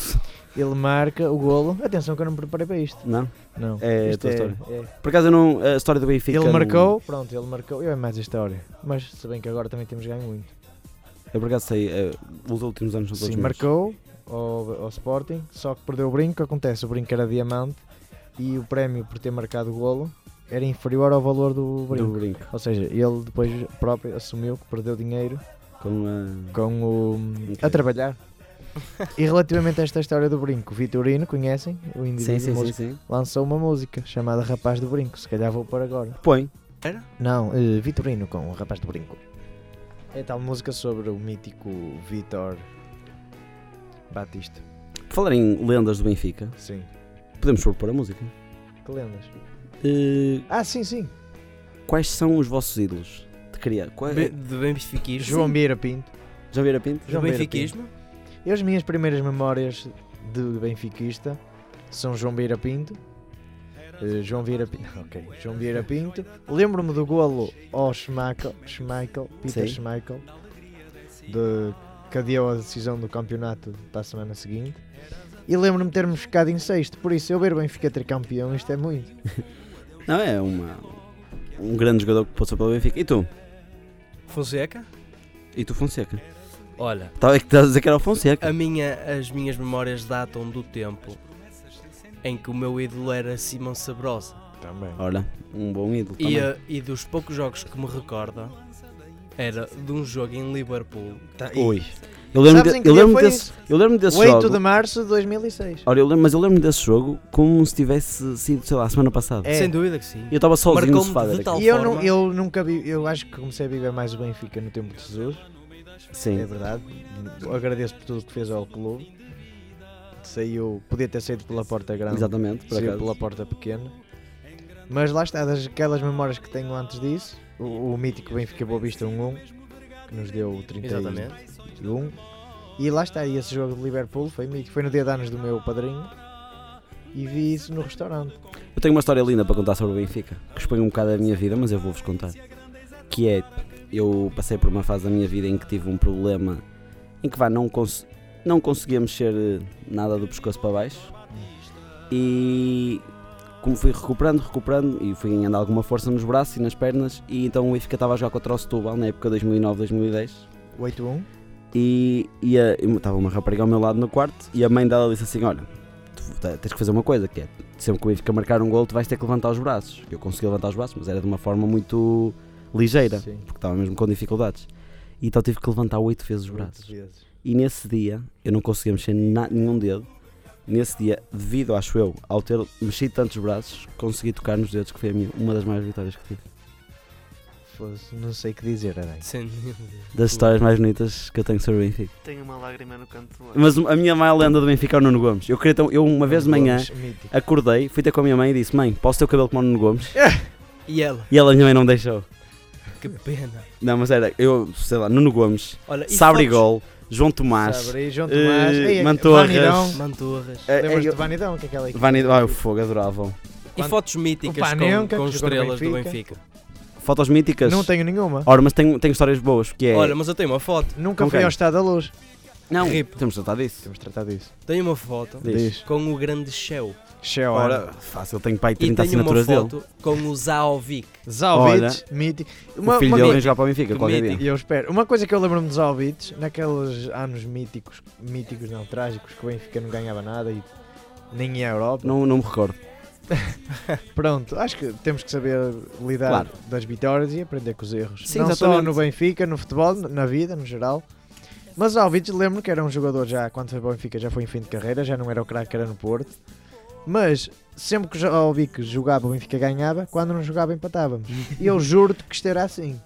Speaker 2: ele marca o golo. Atenção que eu não me preparei para isto.
Speaker 3: Não?
Speaker 2: Não.
Speaker 3: É a
Speaker 2: isto
Speaker 3: tua história.
Speaker 2: é-
Speaker 3: Por acaso eu não. A história do Benfica.
Speaker 2: Ele
Speaker 3: não-
Speaker 2: marcou, pronto, ele marcou. Eu é mais a história. Mas se bem que agora também temos ganho muito.
Speaker 3: Eu por acaso sei. ah, os últimos anos são todos.
Speaker 2: Sim,
Speaker 3: meus.
Speaker 2: marcou ao, ao Sporting, só que perdeu o brinco. Acontece, o brinco era diamante e o prémio por ter marcado o golo era inferior ao valor do
Speaker 3: Do
Speaker 2: brinco.
Speaker 3: brinco.
Speaker 2: Ou seja, ele depois próprio assumiu que perdeu dinheiro
Speaker 3: Com ah, a.
Speaker 2: com o. a
Speaker 3: Ok.
Speaker 2: trabalhar. e relativamente a esta história do brinco, o Vitorino, conhecem? O indivíduo
Speaker 3: Sim, sim, sim,
Speaker 2: músico,
Speaker 3: sim.
Speaker 2: lançou uma música chamada Rapaz do Brinco. Se calhar vou pôr agora.
Speaker 3: Põe.
Speaker 2: Não, eh, Vitorino com o Rapaz do Brinco. É tal música sobre o mítico Vitor Batista.
Speaker 3: Por falar em lendas do Benfica,
Speaker 2: Sim.
Speaker 3: podemos propor a música.
Speaker 2: Que lendas.
Speaker 3: Ah,
Speaker 2: Ah, sim, sim.
Speaker 3: quais são os vossos ídolos de criança? Qual- é?
Speaker 5: Be- De bem
Speaker 2: João Mira Pinto.
Speaker 3: João Vieira Pinto?
Speaker 5: Do
Speaker 2: João Beira Pinto.
Speaker 5: benfiquismo?
Speaker 2: E as minhas primeiras memórias de benfiquista são João Vieira Pinto. eh, João Vieira Pinto. Ok. João Vieira Pinto. Lembro-me do golo ao Schmeichel, Schmeichel Peter
Speaker 3: Sim.
Speaker 2: Schmeichel, de, que adiou a decisão do campeonato para a semana seguinte. E lembro-me de termos ficado em sexto. Por isso, eu ver o Benfica tricampeão, isto é muito.
Speaker 3: Não, é uma, um grande jogador que passou pelo Benfica. E tu?
Speaker 5: Fonseca?
Speaker 3: E tu, Fonseca?
Speaker 5: Olha,
Speaker 3: Estava é que estás a dizer que era o Fonseca.
Speaker 5: a minha, as minhas memórias datam do tempo em que o meu ídolo era Simão Sabrosa.
Speaker 2: Também.
Speaker 3: Ora, um bom ídolo
Speaker 5: E,
Speaker 3: também.
Speaker 5: eh, e dos poucos jogos que me recorda era de um jogo em Liverpool.
Speaker 2: Tá,
Speaker 3: Ui. Eu lembro,
Speaker 2: Sabes em
Speaker 3: de,
Speaker 2: que
Speaker 3: eu
Speaker 2: dia
Speaker 3: lembro
Speaker 2: foi
Speaker 3: desse, eu lembro desse
Speaker 2: 8
Speaker 3: jogo.
Speaker 2: de março de 2006.
Speaker 3: Ora, eu lembro, mas eu lembro desse jogo como se tivesse sido, sei lá, a semana passada.
Speaker 2: É.
Speaker 5: Sem dúvida que sim.
Speaker 3: Eu estava sozinho no
Speaker 5: Marcou-me
Speaker 3: sofá.
Speaker 5: de
Speaker 3: Derek.
Speaker 5: tal-
Speaker 2: E eu,
Speaker 5: forma-
Speaker 2: nu- eu nunca vi, eu acho que comecei a viver mais o Benfica no tempo de Jesus. É
Speaker 3: Sim.
Speaker 2: verdade. Agradeço por tudo que fez ao clube. Saiu, podia ter saído pela porta grande,
Speaker 3: Exatamente, por
Speaker 2: saiu
Speaker 3: acaso.
Speaker 2: pela porta pequena. Mas lá está, das, aquelas memórias que tenho antes disso, o, o mítico Benfica Boa Vista 1-1, que nos deu o 31.
Speaker 5: Exatamente.
Speaker 2: E lá está, e esse jogo de Liverpool foi mítico. Foi no dia de anos do meu padrinho. E vi isso no restaurante.
Speaker 3: Eu tenho uma história linda para contar sobre o Benfica, que expõe um bocado a minha vida, mas eu vou-vos contar. Que é, eu passei por uma fase da minha vida em que tive um problema em que vá, não, cons não conseguia mexer eh, nada do pescoço para baixo. E como fui recuperando, recuperando, e fui ganhando alguma força nos braços e nas pernas, e então o Benfica estava a jogar contra o Setúbal na época 2009-2010.
Speaker 2: O 8-1.
Speaker 3: e e a- e estava uma rapariga ao meu lado no quarto e a mãe dela disse assim, olha, tu te- tens que fazer uma coisa, que é, sempre que o Benfica marcar um gol tu vais ter que levantar os braços. Eu consegui levantar os braços, mas era de uma forma muito ligeira,
Speaker 2: Sim,
Speaker 3: porque estava mesmo com dificuldades. E então tive que levantar oito vezes os
Speaker 2: muitas
Speaker 3: braços.
Speaker 2: vezes.
Speaker 3: E nesse dia, eu não conseguia mexer na- nenhum dedo, nesse dia, devido, acho eu, ao ter mexido tantos braços, consegui tocar nos dedos, que foi a minha, uma das maiores vitórias que tive.
Speaker 2: Fosse- Não sei o que dizer, Aranha.
Speaker 5: Sem
Speaker 3: Das histórias mais bonitas que eu tenho sobre o Benfica.
Speaker 4: Tenho uma lágrima no canto do olho.
Speaker 3: Mas a minha maior lenda do Benfica é o Nuno Gomes. Eu, queria tão- eu uma vez de manhã
Speaker 2: Mítico.
Speaker 3: acordei, fui ter com a minha mãe e disse: Mãe, posso ter o cabelo como o Nuno Gomes?
Speaker 5: E ela,
Speaker 3: E ela, minha mãe, não me deixou.
Speaker 5: que pena.
Speaker 3: Não, mas era, eu, sei lá, Nuno Gomes,
Speaker 5: Olha, e
Speaker 3: Sabrigol, João Tomás,
Speaker 2: Sabri, João Tomás,
Speaker 3: eh,
Speaker 2: ei,
Speaker 3: Mantorras.
Speaker 5: fotos-
Speaker 2: Vanidão.
Speaker 5: Manturras.
Speaker 3: eh,
Speaker 2: Lembras-te
Speaker 3: eh,
Speaker 2: de Vanidão, que é aquela equipe?
Speaker 3: Vani. Ah, o fogo, adoravam.
Speaker 5: E fotos míticas
Speaker 2: Panenka,
Speaker 5: com, com
Speaker 2: é um que jogou no
Speaker 5: estrelas do
Speaker 2: Benfica.
Speaker 5: Benfica.
Speaker 3: Fotos míticas.
Speaker 2: Não tenho nenhuma.
Speaker 3: Ora, mas tenho, tenho histórias boas, que é.
Speaker 5: Olha, mas eu tenho uma foto.
Speaker 2: Nunca
Speaker 3: com
Speaker 2: fui
Speaker 3: quem?
Speaker 2: ao Estado da Luz.
Speaker 3: não,
Speaker 5: Rip.
Speaker 3: temos de tratar disso.
Speaker 2: Temos de tratar disso.
Speaker 5: Tenho uma foto
Speaker 3: Diz.
Speaker 5: com o grande Shell.
Speaker 2: Shell.
Speaker 3: Ora, fácil, tenho pai
Speaker 5: E
Speaker 3: 30
Speaker 5: tenho uma
Speaker 3: assinaturas dele.
Speaker 5: foto com o Zaovic.
Speaker 2: Zalbits, mítico. Uma,
Speaker 3: o filho
Speaker 2: uma
Speaker 3: dele
Speaker 2: co-
Speaker 3: vem jogar para o Benfica,
Speaker 5: que
Speaker 3: qualquer
Speaker 5: mítico.
Speaker 3: dia.
Speaker 2: e eu espero. Uma coisa que eu lembro-me de Zalbits, naqueles anos míticos, míticos não, trágicos, que o Benfica não ganhava nada e nem ia à Europa.
Speaker 3: Não, não me recordo.
Speaker 2: Pronto, acho que temos que saber lidar
Speaker 3: Claro.
Speaker 2: das vitórias e aprender com os erros.
Speaker 3: Sim,
Speaker 2: não só
Speaker 3: exatamente.
Speaker 2: no Benfica, no futebol, na vida, no geral. Mas Alvides lembro que era um jogador já, quando foi para o Benfica, já foi em fim de carreira, já não era o craque que era no Porto. Mas sempre que o Alvides jogava, o Benfica ganhava, quando não jogava, empatávamos. E eu juro-te que isto era assim.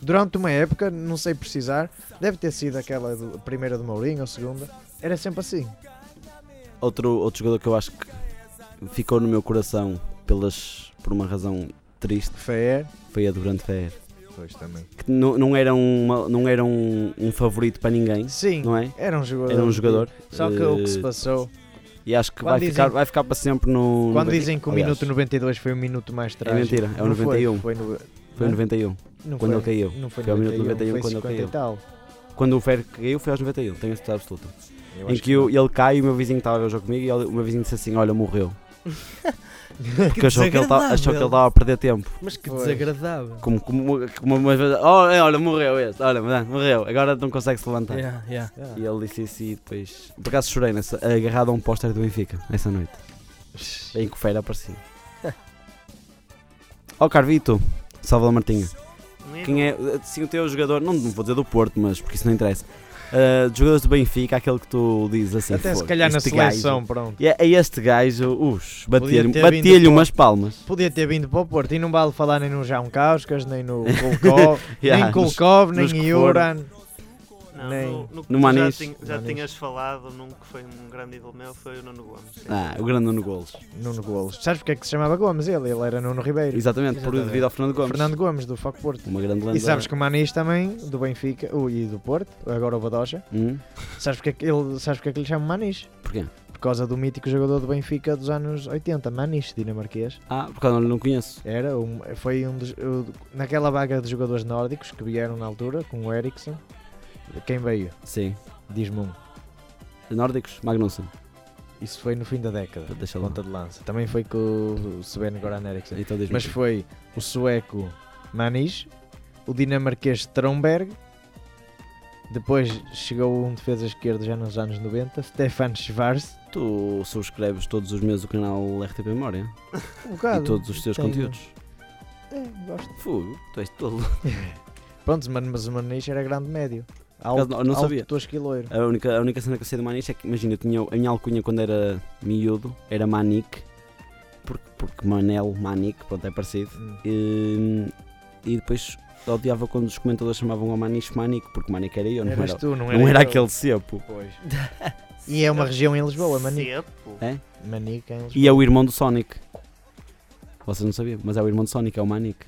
Speaker 2: Durante uma época, não sei precisar, deve ter sido aquela do- a primeira do Mourinho ou a segunda, era sempre assim.
Speaker 3: Outro, outro jogador que eu acho que ficou no meu coração pelas, por uma razão triste
Speaker 2: Fair.
Speaker 3: foi a do Grande Ferrer.
Speaker 2: Pois também.
Speaker 3: que não, não era, uma, não era um, um favorito para ninguém,
Speaker 2: Sim,
Speaker 3: não é?
Speaker 2: era um jogador.
Speaker 3: Era um jogador.
Speaker 2: Só que o que se
Speaker 3: eh,
Speaker 2: passou.
Speaker 3: E acho que
Speaker 2: Quando
Speaker 3: vai,
Speaker 2: dizem-
Speaker 3: ficar, vai ficar para sempre no. no
Speaker 2: Quando
Speaker 3: Benfica.
Speaker 2: dizem que o
Speaker 3: Aliás,
Speaker 2: minuto 92 foi o minuto mais trágico.
Speaker 3: mentira, é o
Speaker 2: não foi,
Speaker 3: 91.
Speaker 2: Foi, no,
Speaker 3: Foi em 91,
Speaker 2: não
Speaker 3: quando
Speaker 2: foi-
Speaker 3: ele caiu.
Speaker 2: Não foi,
Speaker 3: Foi ao minuto
Speaker 2: 91,
Speaker 3: 91
Speaker 2: foi
Speaker 3: quando ele
Speaker 2: 50 e
Speaker 3: caiu.
Speaker 2: tal.
Speaker 3: Quando o Fer caiu, foi aos 91, tenho a certeza absoluta.
Speaker 2: Eu
Speaker 3: em
Speaker 2: acho
Speaker 3: que, eu- ele cai e o meu vizinho estava a ver o jogo comigo e ele- o meu vizinho disse assim: Olha, morreu. Porque achou que, ele estava, achou que ele tá-
Speaker 5: desagradável.
Speaker 3: estava a perder tempo.
Speaker 5: Mas que
Speaker 2: Foi.
Speaker 5: desagradável.
Speaker 3: Como, como, como umas vezes, "Oh, é, olha, morreu este, olha, é, morreu, agora não consegue se levantar.
Speaker 5: Yeah, yeah.
Speaker 2: Ah,
Speaker 3: E ele disse isso e depois. Por acaso chorei nessa, agarrado a um póster do Benfica, essa noite. Em que o Fer aparecia. Ó Carvito, Salvador Martinha.
Speaker 4: Um ídolo.
Speaker 3: Quem é assim, o teu jogador? Não vou dizer do Porto, mas porque isso não interessa. Ah, de jogadores do Benfica, aquele que tu dizes assim.
Speaker 2: Até se
Speaker 3: "Fogo,
Speaker 2: calhar na
Speaker 3: este gajo."
Speaker 2: seleção, pronto.
Speaker 3: E é, é este gajo, uff, batia-lhe
Speaker 2: Podia ter vindo
Speaker 3: batia umas palmas.
Speaker 2: Podia ter vindo para o Porto e não vale falar nem no João Causcas, nem no Kolkov,
Speaker 3: Yeah,
Speaker 2: nem Kolkov,
Speaker 3: nos que
Speaker 2: nem Iuran.
Speaker 4: Não,
Speaker 2: Nem-
Speaker 4: no, no que
Speaker 3: No
Speaker 4: tu já,
Speaker 3: Manis.
Speaker 4: tin- já
Speaker 2: Manis.
Speaker 4: tinhas falado num que foi um grande ídolo meu, foi o Nuno Gomes. sim.
Speaker 3: Ah, o grande Nuno Golos.
Speaker 2: Nuno Gomes. Sabes porque é que se chamava Gomes ele? Ele era Nuno Ribeiro.
Speaker 3: Exatamente, por
Speaker 2: Exatamente.
Speaker 3: devido ao Fernando Gomes.
Speaker 2: Fernando Gomes, do Foco Porto.
Speaker 3: Uma grande lenda.
Speaker 2: E sabes que o Manis também, do Benfica ui, e do Porto, agora o Badocha,
Speaker 3: Hum?
Speaker 2: sabes porque é que, ele, sabes porque é que lhe chama Manis?
Speaker 3: Porquê?
Speaker 2: Por causa do mítico jogador do Benfica dos anos 80, Manis, dinamarquês.
Speaker 3: Ah, por causa não conheço.
Speaker 2: Era um, foi um dos, o- naquela vaga de jogadores nórdicos que vieram na altura, com o Ericsson. Quem veio?
Speaker 3: Sim.
Speaker 2: Diz-me um.
Speaker 3: Nórdicos, Magnusson.
Speaker 2: Isso foi no fim da década,
Speaker 3: Então Deixa lá.
Speaker 2: ponta de lança. Também foi com o Sven Goran Eriksson.
Speaker 3: Então diz-me.
Speaker 2: Mas foi o sueco Manis, o dinamarquês Stromberg, depois chegou um defesa esquerdo já nos anos 90, Stefan Schwarz.
Speaker 3: Tu subscreves todos os meses o canal RTP Memória
Speaker 2: Um bocado.
Speaker 3: e todos os teus
Speaker 2: tenho.
Speaker 3: conteúdos.
Speaker 2: É, gosto.
Speaker 3: Fogo, tu és tolo.
Speaker 2: É. Pronto, mano, mas o Manis era grande médio. Alto,
Speaker 3: acaso não- não
Speaker 2: alto
Speaker 3: sabia.
Speaker 2: tosco e loiro.
Speaker 3: A única, a única cena que eu sei do Maniche é que, imagina, eu tinha, a minha alcunha quando era miúdo era Manique, porque, porque Manel, Manique, pronto, é parecido.
Speaker 2: Hum.
Speaker 3: E, e depois odiava quando os comentadores chamavam a Maniche Manique, porque Manique era eu, não
Speaker 2: Eras
Speaker 3: era,
Speaker 2: tu, não,
Speaker 3: não era
Speaker 2: eu.
Speaker 3: aquele cepo.
Speaker 2: Pois. E é uma região em Lisboa, Manica.
Speaker 4: Sepo.
Speaker 3: É?
Speaker 2: Manica em Lisboa.
Speaker 3: E é o irmão do Sonic. Vocês não sabiam, mas é o irmão do Sonic, é o Manic.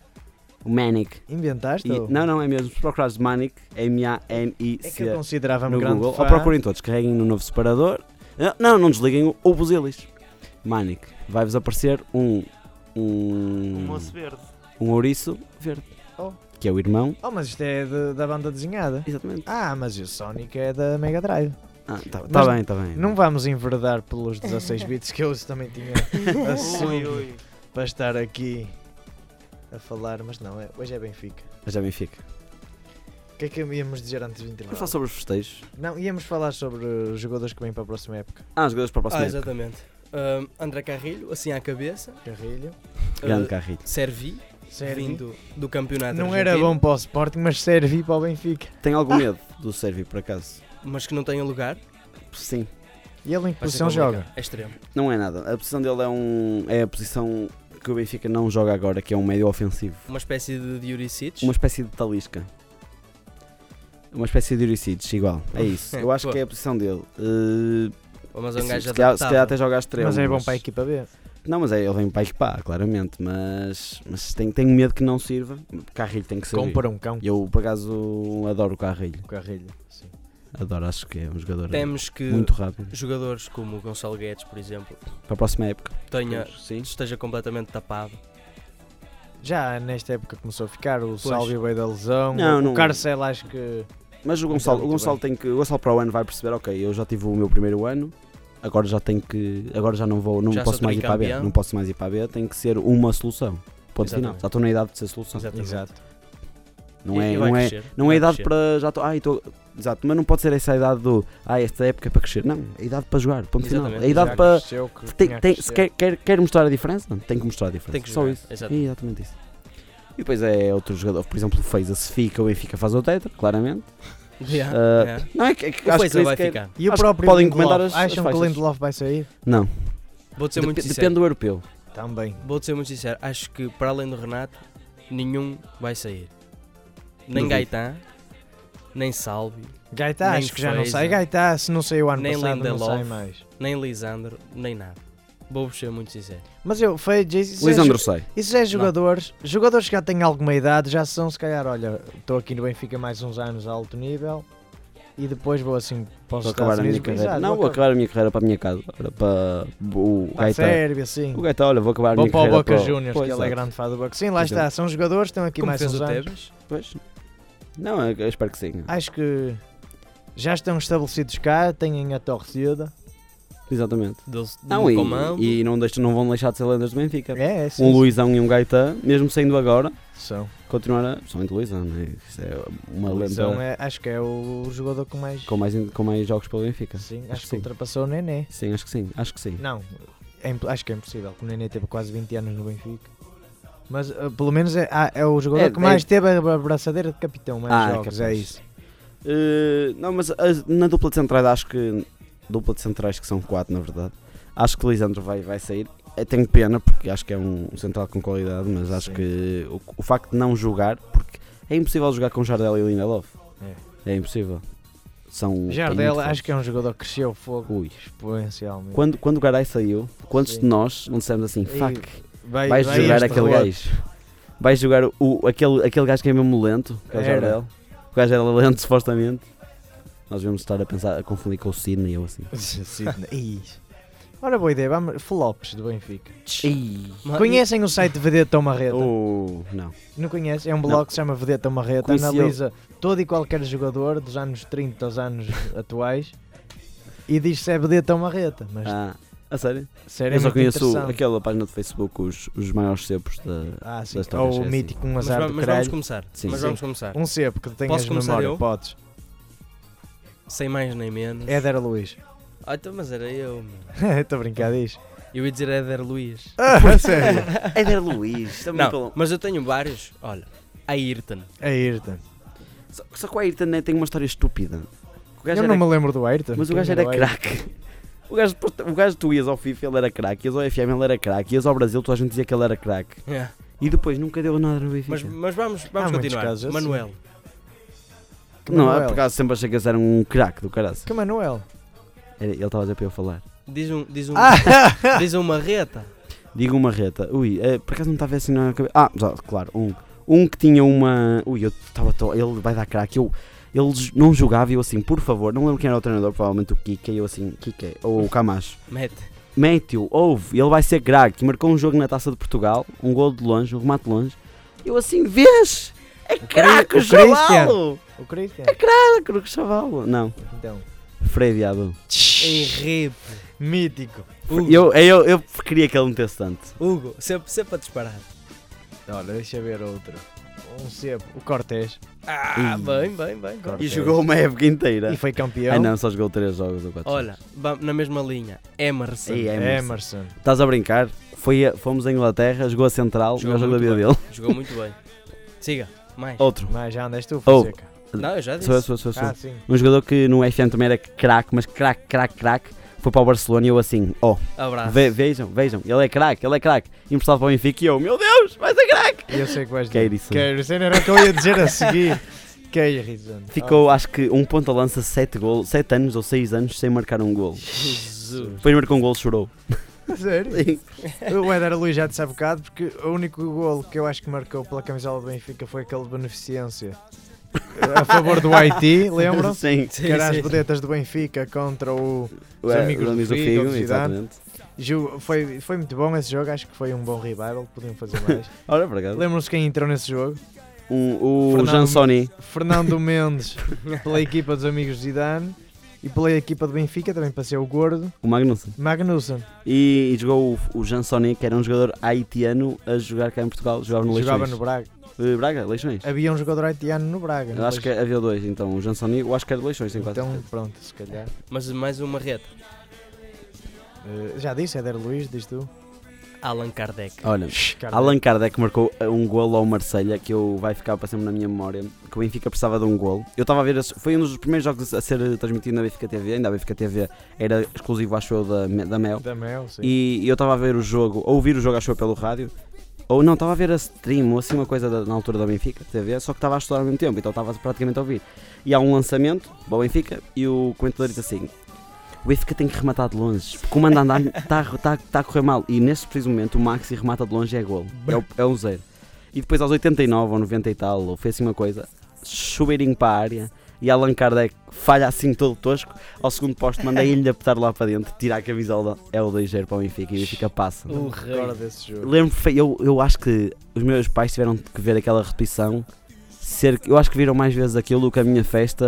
Speaker 3: O Manic.
Speaker 2: Inventaste?
Speaker 3: E-
Speaker 2: ou-
Speaker 3: não, não, é mesmo. Se procurares Manic,
Speaker 2: É que eu
Speaker 3: M-A-N-I-C
Speaker 2: considerava-me
Speaker 3: no
Speaker 2: grande
Speaker 3: Google, ah,
Speaker 2: fã.
Speaker 3: ou procurem todos, carreguem no novo separador. Não, Não, não desliguem o, o buzilis. Manic, vai-vos aparecer um.
Speaker 4: Um
Speaker 3: Um.
Speaker 4: moço verde.
Speaker 3: Um ouriço verde.
Speaker 2: Oh.
Speaker 3: Que é o irmão.
Speaker 2: Oh, mas isto é de- da banda desenhada.
Speaker 3: Exatamente.
Speaker 2: Ah, mas o Sonic é da Mega Drive.
Speaker 3: Ah, tá,
Speaker 2: Mas
Speaker 3: tá bem, tá bem.
Speaker 2: Não vamos enverdar pelos 16 bits que eu também tinha
Speaker 4: Ui,
Speaker 2: assumo
Speaker 4: ui.
Speaker 2: para estar aqui a falar, mas não, é, hoje é Benfica.
Speaker 3: Mas já bem fica.
Speaker 2: O que é que íamos dizer antes do
Speaker 3: Vamos
Speaker 2: intervalo?
Speaker 3: falar sobre os festejos.
Speaker 2: Não, íamos falar sobre os jogadores que vêm para a próxima época.
Speaker 3: Ah, os jogadores para a próxima.
Speaker 5: Ah,
Speaker 3: época.
Speaker 5: exatamente. Ahm, André Carrilho, assim à cabeça.
Speaker 2: Carrilho,
Speaker 3: Grande
Speaker 5: Ah,
Speaker 3: carrinho.
Speaker 5: Servi,
Speaker 2: Servi.
Speaker 5: vindo do campeonato
Speaker 2: Não era bom
Speaker 5: argentino,
Speaker 2: para o Sporting, mas serve para o Benfica.
Speaker 3: Tem algum medo do Sérvio, por acaso?
Speaker 5: Mas que não tem um lugar.
Speaker 3: Sim.
Speaker 2: E ele em que
Speaker 5: Vai ser
Speaker 2: posição joga?
Speaker 5: complicado. É extremo.
Speaker 3: Não é nada. A posição dele é um. É a posição que o Benfica não joga agora, que é um médio ofensivo.
Speaker 5: Uma espécie de Diuricic.
Speaker 3: Uma espécie de talisca. Uma espécie de Euricides, igual. É isso. Eu acho que é a posição dele. Eh,
Speaker 5: Mas é um
Speaker 3: assim,
Speaker 5: gajo
Speaker 3: se, calhar, se
Speaker 5: adaptável.
Speaker 3: calhar até joga às três.
Speaker 2: Mas é bom para a equipa B.
Speaker 3: Não, mas é, ele vem para a equipar, claramente. Mas, mas tenho, tenho medo que não sirva. Carrilho tem que ser.
Speaker 2: Compra um cão.
Speaker 3: Eu, por acaso, adoro o Carrilho.
Speaker 2: O Carrilho. sim.
Speaker 3: Adoro, acho que é um jogador
Speaker 5: Temos eh, que
Speaker 3: muito rápido.
Speaker 5: jogadores como o Gonçalo Guedes, por exemplo,
Speaker 3: Para a próxima época.
Speaker 5: tenha,
Speaker 3: Sim.
Speaker 5: esteja completamente tapado.
Speaker 2: Já nesta época começou a ficar, o
Speaker 5: Pois.
Speaker 2: Salvio veio da lesão,
Speaker 3: Não,
Speaker 2: o
Speaker 3: não.
Speaker 2: Carcel acho que...
Speaker 3: Mas o Gonçalo,
Speaker 2: Muito
Speaker 3: o Gonçalo tem que. O Gonçalo para o ano vai perceber, ok, eu já tive o meu primeiro ano, agora já tenho que. Agora já não vou, não
Speaker 5: Já
Speaker 3: posso
Speaker 5: sou
Speaker 3: mais ir para a B.
Speaker 5: tricampeão.
Speaker 3: Não posso mais ir para a B, tem que ser uma solução. Ponto final.
Speaker 5: Exatamente.
Speaker 3: Já estou na idade de ser solução.
Speaker 5: Exatamente.
Speaker 2: Exato.
Speaker 3: Não
Speaker 5: E-
Speaker 3: é,
Speaker 5: e vai
Speaker 3: não é,
Speaker 5: crescer,
Speaker 3: não
Speaker 5: vai
Speaker 3: é idade
Speaker 5: crescer.
Speaker 3: para. Já estou. Ai, estou. Exato, mas não pode ser essa idade do. Ah, esta época é para crescer. Não, é idade para jogar. Ponto final.
Speaker 5: Exatamente.
Speaker 3: É idade
Speaker 2: Já
Speaker 3: para.
Speaker 2: cresceu, que
Speaker 3: Tem,
Speaker 2: tinha
Speaker 3: tem-
Speaker 2: que
Speaker 3: se quer, quer, quer mostrar a diferença, tem que mostrar a diferença.
Speaker 5: Tem que
Speaker 3: Só
Speaker 5: jogar,
Speaker 3: isso.
Speaker 5: exato.
Speaker 3: É exatamente isso. E depois é outro jogador, por exemplo, o Feiza se fica, o Benfica faz o tetra, claramente.
Speaker 5: Yeah,
Speaker 3: Ah,
Speaker 5: yeah.
Speaker 3: Não é que, é que
Speaker 5: O
Speaker 3: acho que
Speaker 5: Coisa
Speaker 3: nem
Speaker 5: vai
Speaker 3: sequer-
Speaker 5: ficar.
Speaker 2: E o
Speaker 3: Acho que
Speaker 2: próprio
Speaker 3: podem
Speaker 2: Lindelof,
Speaker 3: encomendar as- as
Speaker 2: acham que o
Speaker 3: faixas.
Speaker 2: Lindelof vai sair?
Speaker 3: Não,
Speaker 5: Vou-te ser
Speaker 3: Dep-
Speaker 5: muito
Speaker 3: depende
Speaker 5: sincero.
Speaker 3: do europeu.
Speaker 2: Também.
Speaker 5: Vou-te ser muito sincero. Acho que para além do Renato, nenhum vai sair. Nem
Speaker 3: Duvido.
Speaker 5: Gaetan, nem Salvi,
Speaker 2: Gaitá,
Speaker 5: Nem
Speaker 2: acho que já não
Speaker 5: Feza.
Speaker 2: sai. Gaitá, se não saiu o ano
Speaker 5: Nem
Speaker 2: passado,
Speaker 5: Lindelof.
Speaker 2: não sai mais.
Speaker 5: nem Lisandro, nem nada. Vou-vos ser muito sincero.
Speaker 2: Mas eu, foi isso,
Speaker 3: Lisandro
Speaker 2: é,
Speaker 3: sei.
Speaker 2: isso é jogadores. Jogadores que já têm alguma idade, já são, se calhar, olha, estou aqui no Benfica mais uns anos a alto nível e depois vou assim para os
Speaker 3: Vou
Speaker 2: Estados
Speaker 3: acabar a minha
Speaker 2: Unidos.
Speaker 3: carreira.
Speaker 2: Exato,
Speaker 3: Não, vou acabar a minha carreira para a minha casa. Para, para o
Speaker 2: Para a
Speaker 3: Gaeta.
Speaker 2: Sérvia, sim.
Speaker 3: O Gaeta, olha, vou acabar a
Speaker 2: Tá Vou
Speaker 3: minha
Speaker 2: para o
Speaker 3: carreira.
Speaker 2: Boca
Speaker 3: para o-
Speaker 2: Juniors,
Speaker 3: Pois,
Speaker 2: que ele é
Speaker 3: exato.
Speaker 2: grande fã do Boca. Sim, lá
Speaker 3: Exato.
Speaker 2: está. São jogadores, estão aqui
Speaker 5: Como
Speaker 2: mais
Speaker 5: fez
Speaker 2: uns
Speaker 5: o
Speaker 2: anos.
Speaker 5: Tebas?
Speaker 3: Pois. Não, eu eu espero que sim.
Speaker 2: Acho que já estão estabelecidos cá, têm a torcida.
Speaker 3: Exatamente.
Speaker 5: Do, do
Speaker 3: Não, e,
Speaker 5: comando.
Speaker 3: e não, deixam, não vão deixar de ser lendas do Benfica.
Speaker 2: É, é sim.
Speaker 3: Um Luizão e um Gaeta, mesmo saindo agora,
Speaker 2: São.
Speaker 3: continuar a. Somente Luizão, né? Isso é uma
Speaker 2: Luizão
Speaker 3: lenda
Speaker 2: é- acho que é o jogador com mais.
Speaker 3: com, mais, com mais jogos pelo Benfica.
Speaker 2: Sim, acho,
Speaker 3: Acho
Speaker 2: que
Speaker 3: que sim.
Speaker 2: ultrapassou o Nené.
Speaker 3: Sim, acho que sim. Acho que sim.
Speaker 2: Não, é imp- acho que é impossível. porque O Nené teve quase 20 anos no Benfica. Mas eh, pelo menos é, ah, é o jogador
Speaker 3: É,
Speaker 2: que mais
Speaker 3: é-
Speaker 2: teve a abraçadeira de capitão. Mais
Speaker 3: Ah, é
Speaker 2: jogos,
Speaker 3: capaz.
Speaker 2: é isso.
Speaker 3: Uh, não, mas as- na dupla de centrais acho que. Dupla de centrais que são quatro, na verdade. Acho que Lisandro vai, vai sair. Eu tenho pena, porque acho que é um, um central com qualidade, mas acho
Speaker 2: Sim.
Speaker 3: que o, o facto de não jogar, porque é impossível jogar com Jardel e Lindelof. É. impossível. são.
Speaker 2: Jardel acho que é um jogador que cresceu fogo
Speaker 3: Ui.
Speaker 2: exponencialmente.
Speaker 3: Quando, quando o Garay saiu, quantos
Speaker 2: Sim.
Speaker 3: de nós não dissemos assim, fuck,
Speaker 2: Vai,
Speaker 3: vais
Speaker 2: vai
Speaker 3: jogar
Speaker 2: este
Speaker 3: aquele
Speaker 2: relato.
Speaker 3: gajo? Vais jogar o, aquele, aquele gajo que é mesmo lento, que é o
Speaker 2: Era.
Speaker 3: Jardel? O gajo era lento, supostamente. Nós vamos estar a pensar, a confundir com o Sidney ou assim.
Speaker 2: Sidney. Ih. Ora, boa ideia, vamos. Flops do Benfica.
Speaker 5: Mas-
Speaker 2: Conhecem o site Vedeta ou Marreta?
Speaker 3: Oh, não.
Speaker 2: Não conhece? É um blog que se chama Vedeta ou Marreta,
Speaker 3: Conheci
Speaker 2: analisa todo e qualquer jogador dos anos 30 aos anos atuais e diz se é Vedeta ou Marreta. Mas
Speaker 3: Ah, a sério?
Speaker 2: sério,
Speaker 3: Eu
Speaker 2: é
Speaker 3: só
Speaker 2: muito
Speaker 3: conheço
Speaker 2: interessante.
Speaker 3: aquela página do Facebook, os, os maiores cepos da.
Speaker 2: Ah, sim.
Speaker 3: das
Speaker 2: Ou
Speaker 3: histórias,
Speaker 2: o
Speaker 3: é
Speaker 2: mítico um
Speaker 5: Mas,
Speaker 2: azar
Speaker 5: va-
Speaker 2: do
Speaker 5: mas vamos
Speaker 2: caralho.
Speaker 5: começar.
Speaker 3: Sim,
Speaker 5: mas
Speaker 2: sim.
Speaker 5: vamos começar.
Speaker 2: Um cepo que tenhas
Speaker 5: Posso começar
Speaker 2: memória,
Speaker 5: eu?
Speaker 2: podes.
Speaker 5: Sem mais nem menos.
Speaker 2: Éder É Luís.
Speaker 5: Ah, então, mas era eu. mano.
Speaker 2: Estou a brincar, diz.
Speaker 5: Eu ia dizer é Éder Luís.
Speaker 2: Ah, sério?
Speaker 3: Éder Luís, também
Speaker 5: Não, mas eu tenho vários. Olha, a Ayrton.
Speaker 2: A É Ayrton.
Speaker 3: Só, só que o Ayrton né, tem uma história estúpida. O
Speaker 2: Eu
Speaker 3: gajo era
Speaker 2: não me lembro do Ayrton. é
Speaker 3: Mas o
Speaker 2: Quem
Speaker 3: gajo era
Speaker 2: o Ayrton?
Speaker 3: craque. O gajo, o gajo, tu ias ao FIFA, ele era craque, ias ao FM, ele era craque, ias ao Brasil, toda a gente dizia que ele era craque.
Speaker 5: É.
Speaker 3: E depois nunca deu nada no Benfica.
Speaker 5: Mas, mas vamos,
Speaker 2: Há
Speaker 5: vamos
Speaker 2: muitos
Speaker 5: continuar.
Speaker 2: casos assim.
Speaker 5: Manuel.
Speaker 2: Que
Speaker 3: não, é
Speaker 2: Manuel.
Speaker 3: por acaso sempre achei que esse era um craque do caraças.
Speaker 2: Que Manuel.
Speaker 3: Era- Ele estava a dizer para eu falar.
Speaker 5: Diz um, diz um,
Speaker 2: Ah!
Speaker 5: diz uma reta.
Speaker 3: Digo uma reta. Ui, eh, por acaso não estava assim na cabeça. Ah, já, claro, um. Um que tinha uma. Ui, eu estava. tão- Ele vai dar craque. Eu. Ele j- não jogava e eu assim, por favor, não lembro quem era o treinador, provavelmente o Kike, e eu assim, Kike, ou o Camacho.
Speaker 5: Mete.
Speaker 3: mete-o, ouve, ele vai ser craque. Marcou um jogo na Taça de Portugal, um gol de longe, um remate de longe. Eu assim, vês? É craque
Speaker 2: o
Speaker 3: o chavalo!
Speaker 2: O Christian.
Speaker 3: Craque o chavalo! Não,
Speaker 2: Então.
Speaker 3: Freddy Adu.
Speaker 5: Em
Speaker 3: É
Speaker 5: rep.
Speaker 2: Mítico.
Speaker 5: Hugo,
Speaker 3: Eu, eu, eu queria que ele metesse tanto.
Speaker 5: Hugo, sempre, sempre a disparar.
Speaker 2: Olha, deixa eu ver outro. Um cepo. O Cortés.
Speaker 5: Ah,
Speaker 3: Ih.
Speaker 5: bem, bem, bem. bem.
Speaker 2: Cortes.
Speaker 3: E jogou uma época inteira.
Speaker 2: E foi campeão.
Speaker 3: Ah não, só jogou 3 jogos ou 4
Speaker 5: Olha, va- na mesma linha, É Emerson.
Speaker 3: Ei, é Emerson.
Speaker 2: Emerson.
Speaker 3: Estás a brincar? Foi a- fomos à Inglaterra, jogou a Central, jogou
Speaker 5: Jogou
Speaker 3: jogo da
Speaker 5: muito
Speaker 3: vida
Speaker 5: bem.
Speaker 3: dele.
Speaker 5: Jogou muito bem. Siga, mais.
Speaker 3: Outro.
Speaker 2: Mas já andas tu,
Speaker 3: Oh.
Speaker 2: Fonseca.
Speaker 5: Não, eu já disse.
Speaker 3: Sou eu, sou eu, sou eu, sou eu.
Speaker 2: Ah, sim.
Speaker 3: Um jogador que no FM também era craque, mas craque, craque, craque. Foi para o Barcelona e eu assim, oh,
Speaker 5: Abraço.
Speaker 3: Ve- vejam, vejam, ele é craque, ele é craque. Emprestado para o Benfica e eu, meu Deus, vai ser craque!
Speaker 2: E eu sei que vais dizer.
Speaker 3: Keirson.
Speaker 2: Keirson era o que eu ia dizer a seguir. Keirson.
Speaker 3: Ficou, acho que, um ponto a lança, 7 golos, 7 anos ou 6 anos sem marcar um gol.
Speaker 5: Jesus.
Speaker 3: Depois marcou um gol, chorou.
Speaker 2: Oh, sério? O Éder Luiz já disse há bocado, porque o único golo que eu acho que marcou pela camisola do Benfica foi aquele de beneficência a favor do Haiti, lembram?
Speaker 3: Sim.
Speaker 5: Sim,
Speaker 2: Que era as
Speaker 5: sim.
Speaker 2: vedetas do Benfica contra o. Os
Speaker 3: Ué,
Speaker 2: amigos do
Speaker 3: amigos
Speaker 2: Figo, do Zidane.
Speaker 3: exatamente.
Speaker 2: Ju- Foi, foi muito bom esse jogo, acho que foi um bom revival, podiam fazer mais.
Speaker 3: Ora, por acaso.
Speaker 2: Lembram-se quem entrou nesse jogo?
Speaker 3: Um, o
Speaker 2: Fernando-
Speaker 3: Jansoni.
Speaker 2: Fernando Mendes pela equipa dos amigos de Zidane e pela equipa do Benfica também passei o gordo
Speaker 3: O Magnussen.
Speaker 2: Magnussen
Speaker 3: E, e jogou o, o Jansoni, que era um jogador haitiano a jogar cá em Portugal. Jogava no
Speaker 2: jogava
Speaker 3: Leixões.
Speaker 2: no Braga
Speaker 3: Eh, Braga, Leixões.
Speaker 2: havia um jogador haitiano no Braga
Speaker 3: Eu
Speaker 2: não
Speaker 3: acho que
Speaker 2: foi?
Speaker 3: havia dois, então. O Jansoni, eu acho que era de Leixões, tenho quase
Speaker 2: então
Speaker 3: certeza.
Speaker 2: pronto se calhar
Speaker 5: Mas mais um uma reta.
Speaker 2: Eh, já disse Éder Luiz diz tu
Speaker 5: Allan Kardec.
Speaker 3: Olha,
Speaker 2: Cara,
Speaker 3: Allan Kardec marcou uh, um golo ao Marselha que eu vai ficar para sempre na minha memória. Que o Benfica precisava de um golo. Eu estava a ver, esse- foi um dos primeiros jogos a ser eh, transmitido na Benfica TV. Ainda a Benfica TV era exclusivo, acho eu, da, Me- da Mel.
Speaker 2: da Mel sim.
Speaker 3: E eu estava a ver o jogo, a ouvir o jogo, acho eu, pelo rádio. Ou não, estava a ver a stream ou assim uma coisa da- na altura da Benfica TV, só que estava a estudar ao mesmo tempo, então estava praticamente a ouvir. E há um lançamento para o Benfica e o comentador diz assim: o Benfica tem que rematar de longe, porque o manda andar está tá, tá a correr mal. E neste preciso momento o Maxi remata de longe e é golo. É, o- é um zero. E depois aos 89 ou 90 e tal, ou fez assim uma coisa, chuveirinho para a área. E Allan Kardec falha assim todo tosco. Ao segundo posto, manda ele apertar lá para dentro, tira a camisola, é o 2-0 para o Benfica e o Benfica passa.
Speaker 5: O
Speaker 2: Agora
Speaker 5: rei.
Speaker 2: desse jogo
Speaker 3: Lembro, fe- eu, eu acho que os meus pais tiveram que ver aquela repetição. cerca- eu acho que viram mais vezes aquilo que a minha festa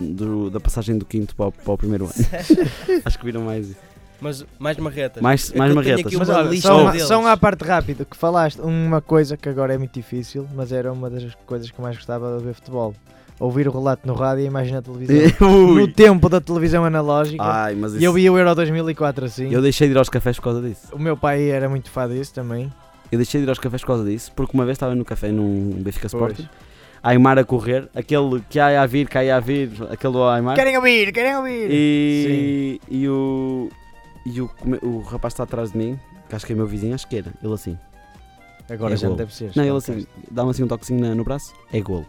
Speaker 3: do- da passagem do quinto para o, para o primeiro ano. acho que viram mais isso.
Speaker 5: Mas mais uma reta.
Speaker 3: Mais,
Speaker 5: Eu
Speaker 3: mais
Speaker 5: tenho
Speaker 3: marretas.
Speaker 5: aqui uma lista
Speaker 2: só, uma,
Speaker 5: deles.
Speaker 2: só uma à parte rápida que falaste uma coisa que agora é muito difícil mas era uma das coisas que eu mais gostava de ver futebol ouvir o relato no rádio e a imagem na televisão
Speaker 3: Ui.
Speaker 2: no tempo da televisão analógica
Speaker 3: Ai, mas
Speaker 2: E
Speaker 3: isso.
Speaker 2: eu
Speaker 3: Eu,
Speaker 2: vi o Euro 2004 assim.
Speaker 3: deixei de ir aos cafés por causa disso.
Speaker 2: O meu pai era muito fã disso também.
Speaker 3: Eu deixei de ir aos cafés por causa disso, porque uma vez estava no café num Benfica
Speaker 2: Pois.
Speaker 3: Sporting, Aymar a correr, aquele que há a vir, que há a vir, aquele do Aymar.
Speaker 2: Querem ouvir, querem ouvir!
Speaker 3: E, e o. E o, come- o rapaz está atrás de mim, que acho que é meu vizinho à esquerda, ele assim.
Speaker 2: Agora
Speaker 3: É
Speaker 2: já não
Speaker 3: golo.
Speaker 2: deve ser.
Speaker 3: Não, ele assim, dá-me assim um toquezinho na- no braço, é golo.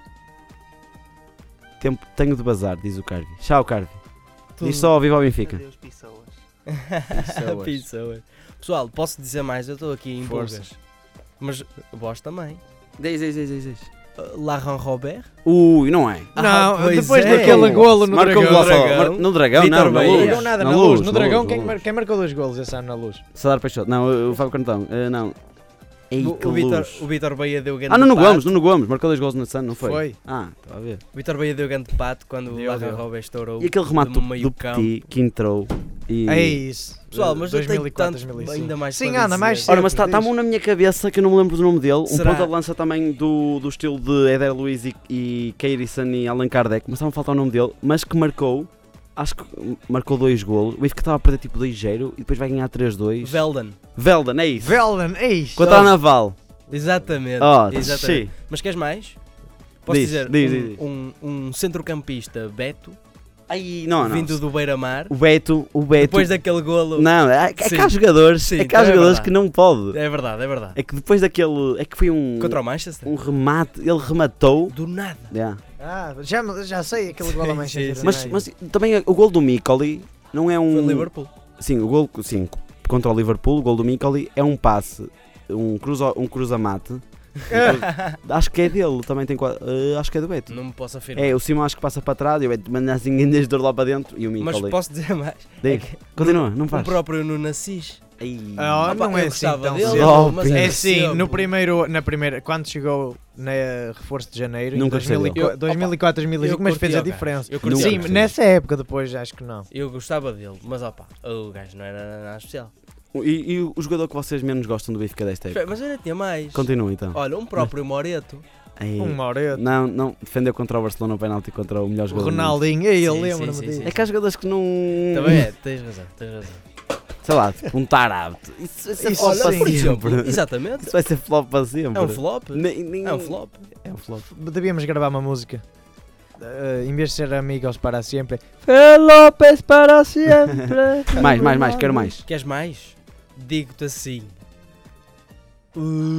Speaker 3: é tempo tenho de bazar, diz o Carvi. Tchau, Carvi.
Speaker 5: Tudo.
Speaker 3: Diz só ao vivo ao Benfica.
Speaker 4: Adeus, pessoas.
Speaker 2: Pessoas.
Speaker 5: Pessoas. Pessoal, posso dizer mais? Eu estou aqui em
Speaker 2: Força.
Speaker 5: Burgas. Mas eh, vós também.
Speaker 3: Diz, diz, diz, diz, diz.
Speaker 5: Uh, Laurent Robert?
Speaker 3: Ui, não é?
Speaker 2: Não,
Speaker 5: Ah, pois
Speaker 2: depois
Speaker 5: é.
Speaker 2: daquele golo no
Speaker 3: Marca um
Speaker 2: Dragão.
Speaker 3: gol só.
Speaker 5: Dragão.
Speaker 3: Mar- No Dragão,
Speaker 5: Vitor
Speaker 3: não, na
Speaker 5: Bahia.
Speaker 2: Não
Speaker 3: luz.
Speaker 2: Não, nada, na,
Speaker 3: Na
Speaker 2: luz,
Speaker 3: luz,
Speaker 2: No
Speaker 3: na
Speaker 2: Dragão,
Speaker 3: luz,
Speaker 2: quem,
Speaker 3: na
Speaker 2: mar- quem marcou dois golos esse ano na luz?
Speaker 3: Cesar Peixoto. Não, o Fábio Cartão. Eh, não. Ei,
Speaker 5: O-
Speaker 3: que
Speaker 5: o Vitor-
Speaker 3: luz.
Speaker 5: O Vitor Bahia deu grande
Speaker 3: Ah, Nuno
Speaker 5: pato.
Speaker 3: Gomes, Nuno Gomes. Marcou dois gols no Sun, não foi?
Speaker 2: Foi.
Speaker 3: Ah, estava a ver.
Speaker 5: O Vitor Bahia deu grande pato quando o
Speaker 2: Deu,
Speaker 5: Laurent
Speaker 2: deu.
Speaker 5: Robert estourou.
Speaker 3: E aquele remate
Speaker 5: do
Speaker 3: do,
Speaker 5: meio
Speaker 3: do
Speaker 5: campo.
Speaker 3: Petit que entrou. E...
Speaker 2: É isso.
Speaker 5: Pessoal, mas eu tenho
Speaker 2: 2004,
Speaker 5: tanto
Speaker 2: 2005.
Speaker 5: ainda mais
Speaker 2: Sim,
Speaker 5: para
Speaker 2: anda mais
Speaker 5: dizer.
Speaker 3: Ora, mas está
Speaker 2: Sempre
Speaker 3: tá um na minha cabeça que eu não me lembro do nome dele.
Speaker 5: Será?
Speaker 3: Um ponta de lança também do, do estilo de Eder Luiz e, e Keirisson e Allan Kardec. Mas estava a faltar o nome dele. Mas que marcou, acho que marcou dois golos. O Benfica estava a perder tipo 2-0 e depois vai ganhar 3-2.
Speaker 5: Velden.
Speaker 3: Velden, é isso.
Speaker 2: Velden, é isso.
Speaker 3: Contra
Speaker 5: tá
Speaker 3: a Naval.
Speaker 5: Exatamente.
Speaker 3: Oh,
Speaker 5: exatamente.
Speaker 3: sim.
Speaker 5: Mas queres mais? Posso
Speaker 3: Diz,
Speaker 5: dizer
Speaker 3: diz,
Speaker 5: um,
Speaker 3: diz, diz.
Speaker 5: um- um centrocampista Beto,
Speaker 3: Ai, Oh, não, não.
Speaker 5: vindo do Beira-Mar,
Speaker 3: O Beto, o Beto.
Speaker 5: depois daquele golo.
Speaker 3: Não, é, é que há
Speaker 5: Sim.
Speaker 3: jogadores,
Speaker 5: Sim,
Speaker 3: é que há
Speaker 5: é
Speaker 3: jogadores
Speaker 5: verdade.
Speaker 3: que não pode.
Speaker 5: É verdade, é verdade.
Speaker 3: É que depois daquele. É que foi um.
Speaker 5: Contra o Manchester?
Speaker 3: Um remate, ele rematou.
Speaker 5: Do nada.
Speaker 3: Yeah.
Speaker 2: Ah, já, me- já sei aquele gol a
Speaker 5: Sim,
Speaker 2: Manchester
Speaker 5: sim,
Speaker 3: Mas,
Speaker 2: United.
Speaker 3: mas também é, o gol do Micoli não é
Speaker 5: é Foi
Speaker 3: um.
Speaker 5: Liverpool.
Speaker 3: Sim, o gol sim, contra o Liverpool, o gol do Micoli é um passe, um, cruza, um cruzamate. acho que é dele, também tem qua- eh, acho que é do Beto.
Speaker 5: Não me posso afirmar.
Speaker 3: É, o Simão acho que passa para trás e o Beto manda assim desde dor lá para dentro e o
Speaker 5: mas
Speaker 3: Micoli.
Speaker 5: posso dizer mais.
Speaker 3: Diga. Continua, não
Speaker 5: O
Speaker 3: faz.
Speaker 5: próprio Nuno Assis.
Speaker 3: Ai.
Speaker 2: Ah,
Speaker 5: Opa,
Speaker 2: não é
Speaker 5: eu
Speaker 2: assim
Speaker 5: gostava
Speaker 2: tão
Speaker 5: dele,
Speaker 2: cedo.
Speaker 3: Oh,
Speaker 5: mas
Speaker 2: É
Speaker 5: era
Speaker 2: sim, no
Speaker 5: sempre.
Speaker 2: primeiro, na primeira, quando chegou na reforço de janeiro,
Speaker 3: Nunca
Speaker 2: em
Speaker 3: gostei dele.
Speaker 2: 2004,
Speaker 5: Eu-
Speaker 2: 2004, 2005,
Speaker 5: Eu
Speaker 2: mas é fez a
Speaker 5: curtia o gajo.
Speaker 2: diferença.
Speaker 5: Eu,
Speaker 3: Nunca
Speaker 5: curtia
Speaker 2: Sim,
Speaker 5: o gajo.
Speaker 3: gostei.
Speaker 2: nessa época depois acho que não.
Speaker 5: eu gostava dele, mas opa, o gajo não era nada especial.
Speaker 3: E, e o jogador que vocês menos gostam do Benfica desta época?
Speaker 5: Mas ainda tinha mais.
Speaker 3: É. Continua então.
Speaker 5: Olha, um próprio Moreto.
Speaker 3: Ai.
Speaker 2: Um Moreto,
Speaker 3: Não, não, defendeu contra o Barcelona o penalti contra o melhor
Speaker 2: o
Speaker 3: jogador. do mundo.
Speaker 2: Ronaldinho, ei, eu
Speaker 5: Sim,
Speaker 2: lembro-me
Speaker 5: sim, sim,
Speaker 2: disso.
Speaker 5: sim.
Speaker 3: É que há jogadores que não.
Speaker 5: Também é, tens razão, tens razão.
Speaker 3: Sei lá, tipo um tarabto. Isso, isso é
Speaker 2: Isso
Speaker 3: flop
Speaker 2: sim.
Speaker 3: para
Speaker 5: por
Speaker 3: sempre.
Speaker 5: exemplo, exatamente.
Speaker 3: Isso vai ser flop para sempre.
Speaker 5: É um flop.
Speaker 3: Nem- nem-
Speaker 5: É um flop.
Speaker 3: É um flop.
Speaker 2: Devíamos gravar uma música. Eh, em vez de ser amigos para sempre, Fé López para sempre.
Speaker 3: Mais, mais, mais, quero mais.
Speaker 5: Queres mais? Digo-te assim.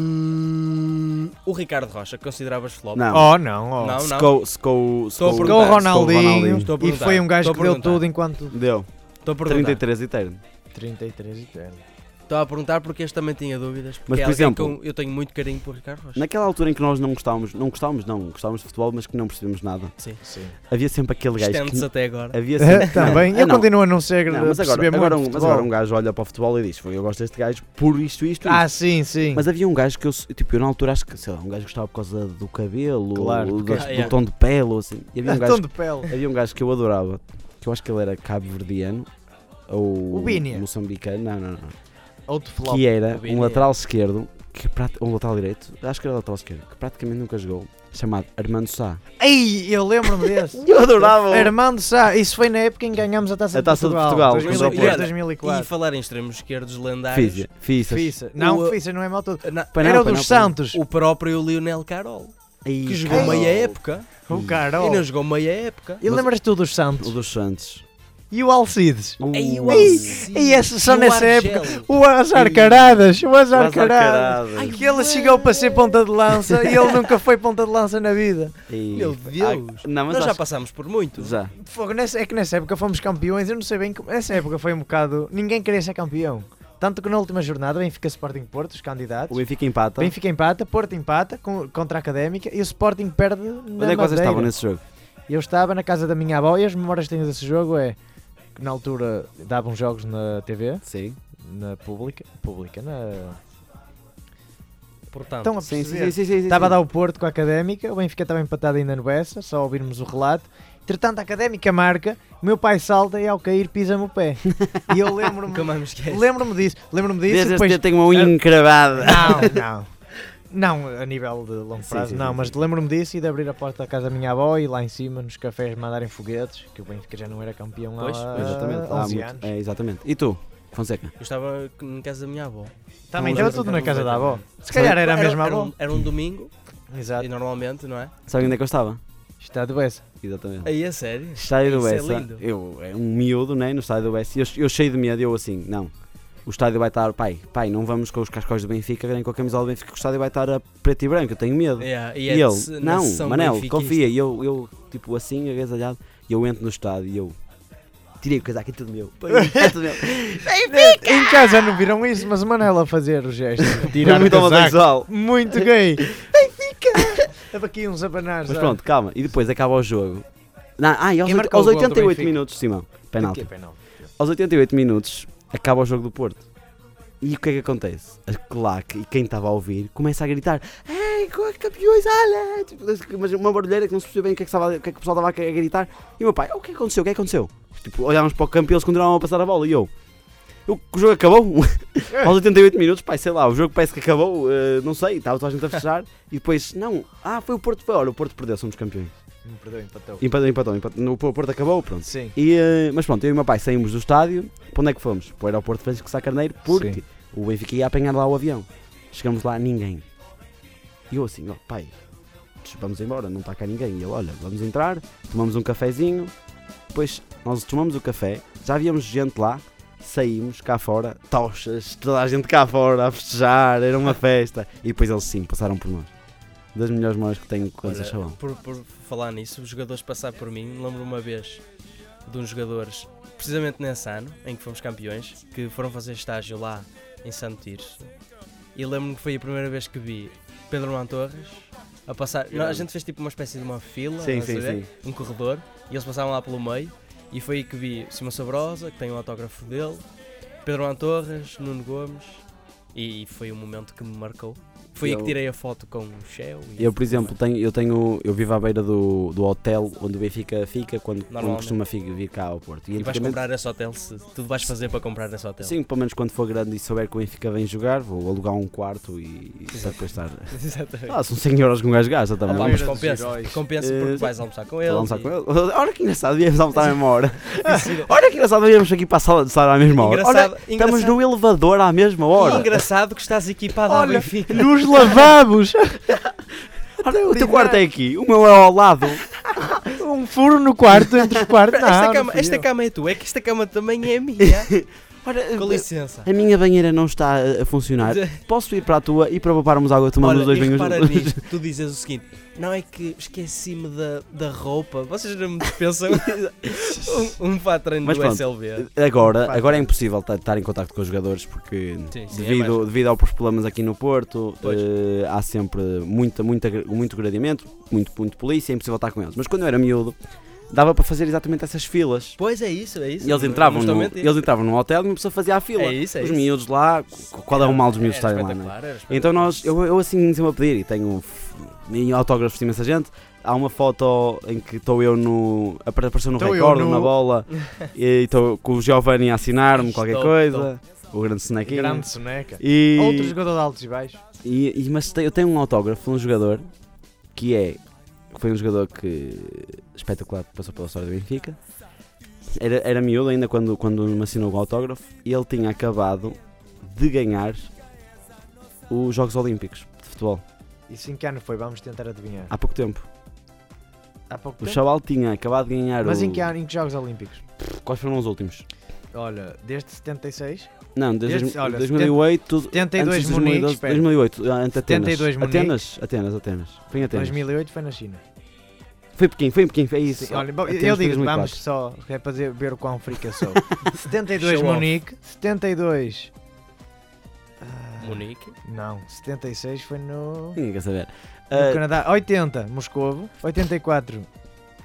Speaker 5: Hum, o Ricardo Rocha consideravas flop?
Speaker 3: Não.
Speaker 2: Oh não, oh.
Speaker 5: Não, não.
Speaker 3: Secou, secou,
Speaker 5: Estou a
Speaker 3: secou-
Speaker 2: Porque o
Speaker 5: perguntar,
Speaker 2: Ronaldinho,
Speaker 5: Estou a
Speaker 2: e
Speaker 5: perguntar,
Speaker 2: foi um gajo
Speaker 5: estou
Speaker 2: que
Speaker 5: a
Speaker 2: deu
Speaker 5: perguntar.
Speaker 2: tudo enquanto
Speaker 3: Deu.
Speaker 5: Estou a perguntar.
Speaker 3: 33 eterno.
Speaker 2: 33 e tal.
Speaker 5: Estou a perguntar porque este também tinha dúvidas. Porque
Speaker 3: Mas,
Speaker 5: é
Speaker 3: por
Speaker 5: alguém
Speaker 3: exemplo,
Speaker 5: com- eu tenho muito carinho por Ricardo Rocha.
Speaker 3: Naquela altura em que nós não gostávamos, não gostávamos, não, gostávamos de futebol, mas que não percebíamos nada.
Speaker 5: Sim.
Speaker 2: Sim.
Speaker 3: Havia sempre aquele gajo
Speaker 5: Estende-se
Speaker 3: que. É
Speaker 5: até agora.
Speaker 3: Havia sempre.
Speaker 2: É, Também,
Speaker 3: Assim, Não, é
Speaker 2: eu
Speaker 3: não.
Speaker 2: continuo a não ser
Speaker 3: Não, mas, agora,
Speaker 2: perceber
Speaker 3: agora
Speaker 2: muito
Speaker 3: um,
Speaker 2: de
Speaker 3: mas agora um
Speaker 2: futebol.
Speaker 3: gajo olha para o futebol e diz: "Foi, Eu gosto deste gajo por isto, isto, isto.
Speaker 2: Ah, sim, sim.
Speaker 3: Mas havia um gajo que eu, tipo, eu na altura acho que, sei lá, um gajo gostava por causa do cabelo,
Speaker 2: Claro,
Speaker 3: do,
Speaker 2: porque-
Speaker 3: do
Speaker 5: Ah, yeah.
Speaker 3: tom de pele, ou assim. E havia um,
Speaker 2: Ah,
Speaker 3: gajo,
Speaker 2: tom de pele.
Speaker 3: havia um gajo que eu adorava, que eu acho que ele era cabo-verdiano, ou
Speaker 2: O Bini.
Speaker 3: moçambicano, não, não, não.
Speaker 2: Outro flop.
Speaker 3: Que era
Speaker 5: O Bini.
Speaker 3: um lateral esquerdo, que, prati- um lateral direito, acho que era lateral esquerdo, que praticamente nunca jogou, chamado Armando Sá.
Speaker 2: Ei, eu lembro-me desse.
Speaker 3: é Eu adorava!
Speaker 2: Armando Sá, isso foi na época em que ganhámos a Taça,
Speaker 3: A Taça de
Speaker 2: de Portugal.
Speaker 3: Portugal,
Speaker 5: contra o
Speaker 2: 2003,
Speaker 5: Porto.
Speaker 2: 2004.
Speaker 5: E falar em extremos esquerdos lendários.
Speaker 3: Fiz, fiz.
Speaker 2: Fissa. Não,
Speaker 5: O-
Speaker 2: Fissa não é mal todo.
Speaker 5: na-
Speaker 3: Pois não,
Speaker 2: Era o
Speaker 3: pois
Speaker 2: dos
Speaker 3: não, pois não.
Speaker 2: Santos.
Speaker 5: o próprio Lionel Carol.
Speaker 3: Ai,
Speaker 5: Que jogou
Speaker 3: Carol.
Speaker 5: meia época.
Speaker 2: O Carol.
Speaker 5: E não jogou meia época.
Speaker 2: E
Speaker 3: Mas-
Speaker 2: lembras-te tu dos
Speaker 3: O
Speaker 2: Santos?
Speaker 3: dos Santos.
Speaker 2: E o Alcides?
Speaker 5: Ei, o
Speaker 3: Uh,
Speaker 5: Alcides.
Speaker 2: E esse, só
Speaker 5: E o
Speaker 2: nessa
Speaker 5: Argel.
Speaker 2: época. O Azar Caradas. O
Speaker 3: Quase
Speaker 2: Azar
Speaker 3: à
Speaker 2: Caradas.
Speaker 3: carada.
Speaker 5: Ai,
Speaker 2: Que ele chegou para ser ponta de lança e ele nunca foi ponta de lança na vida.
Speaker 3: Ei.
Speaker 5: Meu Deus.
Speaker 3: Ah, não, mas
Speaker 5: Nós já
Speaker 3: acho-
Speaker 5: passámos por muito.
Speaker 3: Já.
Speaker 2: Fogo, nessa- é que nessa época fomos campeões, eu não sei bem como. Nessa época foi um bocado. Ninguém queria ser campeão. Tanto que na última jornada, Benfica Sporting Porto, os
Speaker 3: O
Speaker 2: candidatos.
Speaker 3: Benfica empata.
Speaker 2: Benfica empata, Porto empata com- contra a Académica e o Sporting perde. Na
Speaker 3: Onde é que vocês
Speaker 2: Madeira.
Speaker 3: estavam nesse jogo?
Speaker 2: Eu estava na casa da minha avó e as memórias que tenho desse jogo é que na altura davam jogos na TV,
Speaker 3: Sim.
Speaker 2: na pública. Pública, na.
Speaker 5: Portanto,
Speaker 2: Estão a
Speaker 3: Sim, sim,
Speaker 2: perceber?
Speaker 3: sim, sim, sim,
Speaker 2: Estava a
Speaker 3: sim.
Speaker 2: dar o Porto com a Académica, o Benfica estava empatado ainda no Bessa, só ouvirmos o relato. Entretanto, a Académica marca, o meu pai salta e ao cair pisa-me o pé. E eu lembro-me
Speaker 5: nunca mais me esqueço.
Speaker 2: lembro-me disso, lembro-me disso e
Speaker 3: Desde
Speaker 2: depois...
Speaker 3: este tenho uma unha
Speaker 2: Ah.
Speaker 3: encravada.
Speaker 2: Não, não. Não a nível de longo
Speaker 3: Sim,
Speaker 2: prazo,
Speaker 3: sim,
Speaker 2: não,
Speaker 3: sim,
Speaker 2: mas lembro-me disso e de abrir a porta da casa da minha avó e lá em cima nos cafés mandarem foguetes, que o Benfica já não era campeão
Speaker 5: Pois,
Speaker 2: há
Speaker 5: pois,
Speaker 3: Exatamente. há
Speaker 2: 11
Speaker 3: muito-
Speaker 2: anos.
Speaker 3: É, exatamente. E tu, Fonseca?
Speaker 5: Eu estava em casa da minha avó.
Speaker 2: Também
Speaker 5: Não
Speaker 2: estava
Speaker 5: lembro
Speaker 2: tudo
Speaker 5: que
Speaker 2: na
Speaker 5: era
Speaker 2: casa
Speaker 5: um
Speaker 2: da avó.
Speaker 5: exatamente.
Speaker 2: Se calhar era a
Speaker 5: Era-
Speaker 2: mesma
Speaker 5: era
Speaker 2: avó.
Speaker 5: um- Era um domingo, e
Speaker 2: Exato.
Speaker 5: normalmente, não é?
Speaker 3: Sabe onde é que eu estava?
Speaker 2: Estado essa.
Speaker 3: Exatamente.
Speaker 5: Aí é sério.
Speaker 3: Estádio do
Speaker 5: Isso é
Speaker 3: Bessa.
Speaker 5: lindo.
Speaker 3: eu, é um miúdo, né? No estádio do Bessa. E Eu, eu cheio de medo, eu assim, não. O estádio vai estar, pai, pai, não vamos com os cascóis do Benfica, nem com a camisola do Benfica, que o estádio vai estar a preto e branco, eu tenho medo.
Speaker 5: Yeah,
Speaker 3: E
Speaker 5: e é de
Speaker 3: ele,
Speaker 5: se- na
Speaker 3: não,
Speaker 5: sessão
Speaker 3: Manel,
Speaker 5: benfiquista.
Speaker 3: confia, e eu, eu tipo assim, agasalhado, e eu entro no estádio e eu tirei o casaco, é tudo meu. Põe, É tudo meu.
Speaker 2: Em casa não viram isso, mas a Manela fazer o gesto de
Speaker 3: Foi
Speaker 2: tirar o
Speaker 3: muito
Speaker 2: casaco.
Speaker 3: homossexual.
Speaker 2: Muito gay. Benfica! Estava aqui uns abanares.
Speaker 3: Mas
Speaker 2: ah.
Speaker 3: pronto, calma, e depois acaba o jogo. Não, ah, e aos,
Speaker 2: Quem
Speaker 3: oit-
Speaker 2: marcou
Speaker 3: aos
Speaker 2: o gol do
Speaker 3: 88
Speaker 2: Benfica?
Speaker 3: minutos, Simão, penalti.
Speaker 2: Aqui, penalti.
Speaker 3: Aos 88 minutos acaba o jogo do Porto. E o que é que acontece? A claque e quem estava a ouvir começa a gritar: Ei, co- campeões, ale! Tipo, Mas uma barulheira que não se percebeu bem o que é que, estava, o que, é que o pessoal estava a gritar. E o meu pai: "Oh, O que é que aconteceu? O que é que aconteceu? Tipo, olhámos para o campo e eles continuavam a passar a bola. E eu: "O- O jogo acabou? Aos 88 minutos, pai, sei lá, o jogo parece que acabou, eh, não sei, estava toda a gente a fechar. e depois: Não, ah, foi o Porto, foi, olha, o Porto perdeu, somos campeões.
Speaker 2: Me perdoe, empatou.
Speaker 3: Empatou, empatou, empatou. O Porto acabou, pronto.
Speaker 2: Sim.
Speaker 3: E, eh, mas pronto, eu e o meu pai saímos do estádio. Para onde é que fomos? Para o aeroporto Francisco Sá Carneiro, porque
Speaker 2: Sim.
Speaker 3: o Benfica ia apanhar lá o avião. Chegamos lá, ninguém. E eu assim, ó, pai, vamos embora, não está cá ninguém. E eu, olha, vamos entrar, tomamos um cafezinho. Depois nós tomamos o café, já víamos gente lá, saímos cá fora, tochas, toda a gente cá fora a festejar, era uma festa. E depois eles sim, passaram por nós. Das melhores memórias que tenho com essa
Speaker 5: Olha,
Speaker 3: chavão.
Speaker 5: por, por falar nisso, os jogadores passaram por mim. Lembro uma vez de uns jogadores, precisamente nesse ano em que fomos campeões, que foram fazer estágio lá em Santo Tirso. E lembro-me que foi a primeira vez que vi Pedro Mão Torres a passar. não, a gente fez tipo uma espécie de uma fila,
Speaker 3: Sim,
Speaker 5: estás a
Speaker 3: sim,
Speaker 5: ver?
Speaker 3: sim.
Speaker 5: um corredor e eles passavam lá pelo meio. E foi aí que vi Simão Sabrosa, que tem o autógrafo dele, Pedro Mão Torres, Nuno Gomes. E foi um momento que me marcou. Foi aí que
Speaker 3: Eu-
Speaker 5: tirei a foto com o Shell. e-
Speaker 3: Eu, por exemplo, tenho, eu tenho. Eu vivo à beira do, do hotel onde o Benfica fica quando, quando
Speaker 5: Normalmente.
Speaker 3: costuma fi- vir cá ao Porto.
Speaker 5: E vais
Speaker 3: antigamente-
Speaker 5: comprar esse hotel, se tudo vais fazer para comprar esse hotel.
Speaker 3: Sim, pelo menos quando for grande e souber que o Benfica vem jogar, vou alugar um quarto e e para depois estar.
Speaker 5: exatamente.
Speaker 3: Ah, são 100 euros que um gajo gasta também.
Speaker 5: Opa,
Speaker 2: Beira
Speaker 5: Ah, mas
Speaker 2: dos
Speaker 5: compensa,
Speaker 2: heróis.
Speaker 5: compensa
Speaker 3: Eh,
Speaker 5: porque vais almoçar com
Speaker 3: Vou
Speaker 5: ele.
Speaker 3: almoçar
Speaker 5: e-
Speaker 3: com ele. Olha que engraçado, devíamos almoçar à mesma hora.
Speaker 5: Sim.
Speaker 3: Olha que engraçado, devíamos aqui para a sala de estar à mesma hora. Olha,
Speaker 5: Engraçado,
Speaker 3: estamos
Speaker 5: engraçado,
Speaker 3: no elevador à mesma hora.
Speaker 5: engraçado que estás equipado ao
Speaker 2: Olha.
Speaker 5: Benfica.
Speaker 2: Nos lavamos!
Speaker 3: Olha, o teu quarto é aqui, o meu é ao lado.
Speaker 2: um furo no quarto, entre os quartos. Não,
Speaker 5: Esta
Speaker 2: não
Speaker 5: cama,
Speaker 2: fui
Speaker 5: esta
Speaker 2: eu.
Speaker 5: cama é tua, é que esta cama também é minha. eh,
Speaker 3: Olha,
Speaker 5: com licença.
Speaker 3: a minha banheira não está a- a funcionar. Posso ir para a tua e para pouparmos água tomamos
Speaker 5: Olha,
Speaker 3: os dois
Speaker 5: e
Speaker 3: banhos
Speaker 5: repara
Speaker 3: juntos?
Speaker 5: nisto, tu dizes o seguinte, não é que esqueci-me da, da roupa, vocês não me dispensam um, um fato de treino
Speaker 3: Mas
Speaker 5: do
Speaker 3: pronto. Eh,
Speaker 5: SLB.
Speaker 3: Agora,
Speaker 2: Pá,
Speaker 3: agora é impossível ta- estar em contato com os jogadores porque
Speaker 5: Sim, sim, é
Speaker 3: devido, devido aos problemas aqui no Porto
Speaker 5: Pois.
Speaker 3: eh, há sempre muita, muita, gra- muito gradimento, muito, muito polícia, é impossível estar com eles. Mas quando eu era miúdo dava para fazer exatamente essas filas.
Speaker 5: Pois é isso, é isso.
Speaker 3: E eles
Speaker 5: não-
Speaker 3: entravam,
Speaker 5: não estou a
Speaker 3: no,
Speaker 5: mentir.
Speaker 3: eles entravam num hotel e uma pessoa fazia a fila.
Speaker 5: É isso, é
Speaker 3: os
Speaker 5: isso.
Speaker 3: miúdos lá, qu- qual é o mal dos miúdos
Speaker 5: Era
Speaker 3: estarem lá? não é?
Speaker 5: espetacular, era
Speaker 3: Então nós, eu, eu assim sempre a pedir e tenho f- em autógrafos de imensa gente. Há uma foto em que estou eu no. apare- apareceu no
Speaker 2: Estou eu
Speaker 3: recorde,
Speaker 2: no-
Speaker 3: na bola, e estou com o Giovanni a assinar-me qualquer
Speaker 5: Estou,
Speaker 3: coisa. O grande Snaquinho.
Speaker 2: Grande soneca.
Speaker 3: E,
Speaker 2: Outro jogador de altos e baixos.
Speaker 3: e, e- mas te- eu tenho um autógrafo de um jogador que é. que foi um jogador que. espetacular, que passou pela história do Benfica. Era, era miúdo ainda quando, quando me assinou o autógrafo e ele tinha acabado de ganhar os Jogos Olímpicos de futebol.
Speaker 2: Isso em que ano foi? Vamos tentar adivinhar.
Speaker 3: Há pouco tempo.
Speaker 2: Há pouco
Speaker 3: O
Speaker 2: tempo.
Speaker 3: Chaval tinha acabado de ganhar
Speaker 2: Mas
Speaker 3: o...
Speaker 2: em que ano? Em que Jogos Olímpicos?
Speaker 3: Quais foram os últimos?
Speaker 2: Olha, desde 76.
Speaker 3: Não, desde
Speaker 2: Este- olha,
Speaker 3: 2008... tudo-
Speaker 2: 72
Speaker 3: antes de
Speaker 2: Munique.
Speaker 3: 2012,
Speaker 2: espera.
Speaker 3: 2008, ah, ante Atenas.
Speaker 2: 72 Munique.
Speaker 3: Atenas, Atenas, Atenas. Foi em Atenas.
Speaker 2: 2008 foi na China.
Speaker 3: Foi em Pequim, foi em Pequim, é isso.
Speaker 2: Sim, olha, bom,
Speaker 3: Atenas
Speaker 2: eu
Speaker 3: foi
Speaker 2: digo,
Speaker 3: 2004.
Speaker 2: vamos só, é para dizer- ver o quão frica sou. 72
Speaker 5: Show off.
Speaker 2: Munique, 72. ah,
Speaker 5: Munique.
Speaker 2: Não, 76 foi no, no
Speaker 3: Ninguém quer saber. Ah,
Speaker 2: Canadá. 80, Moscovo. 84,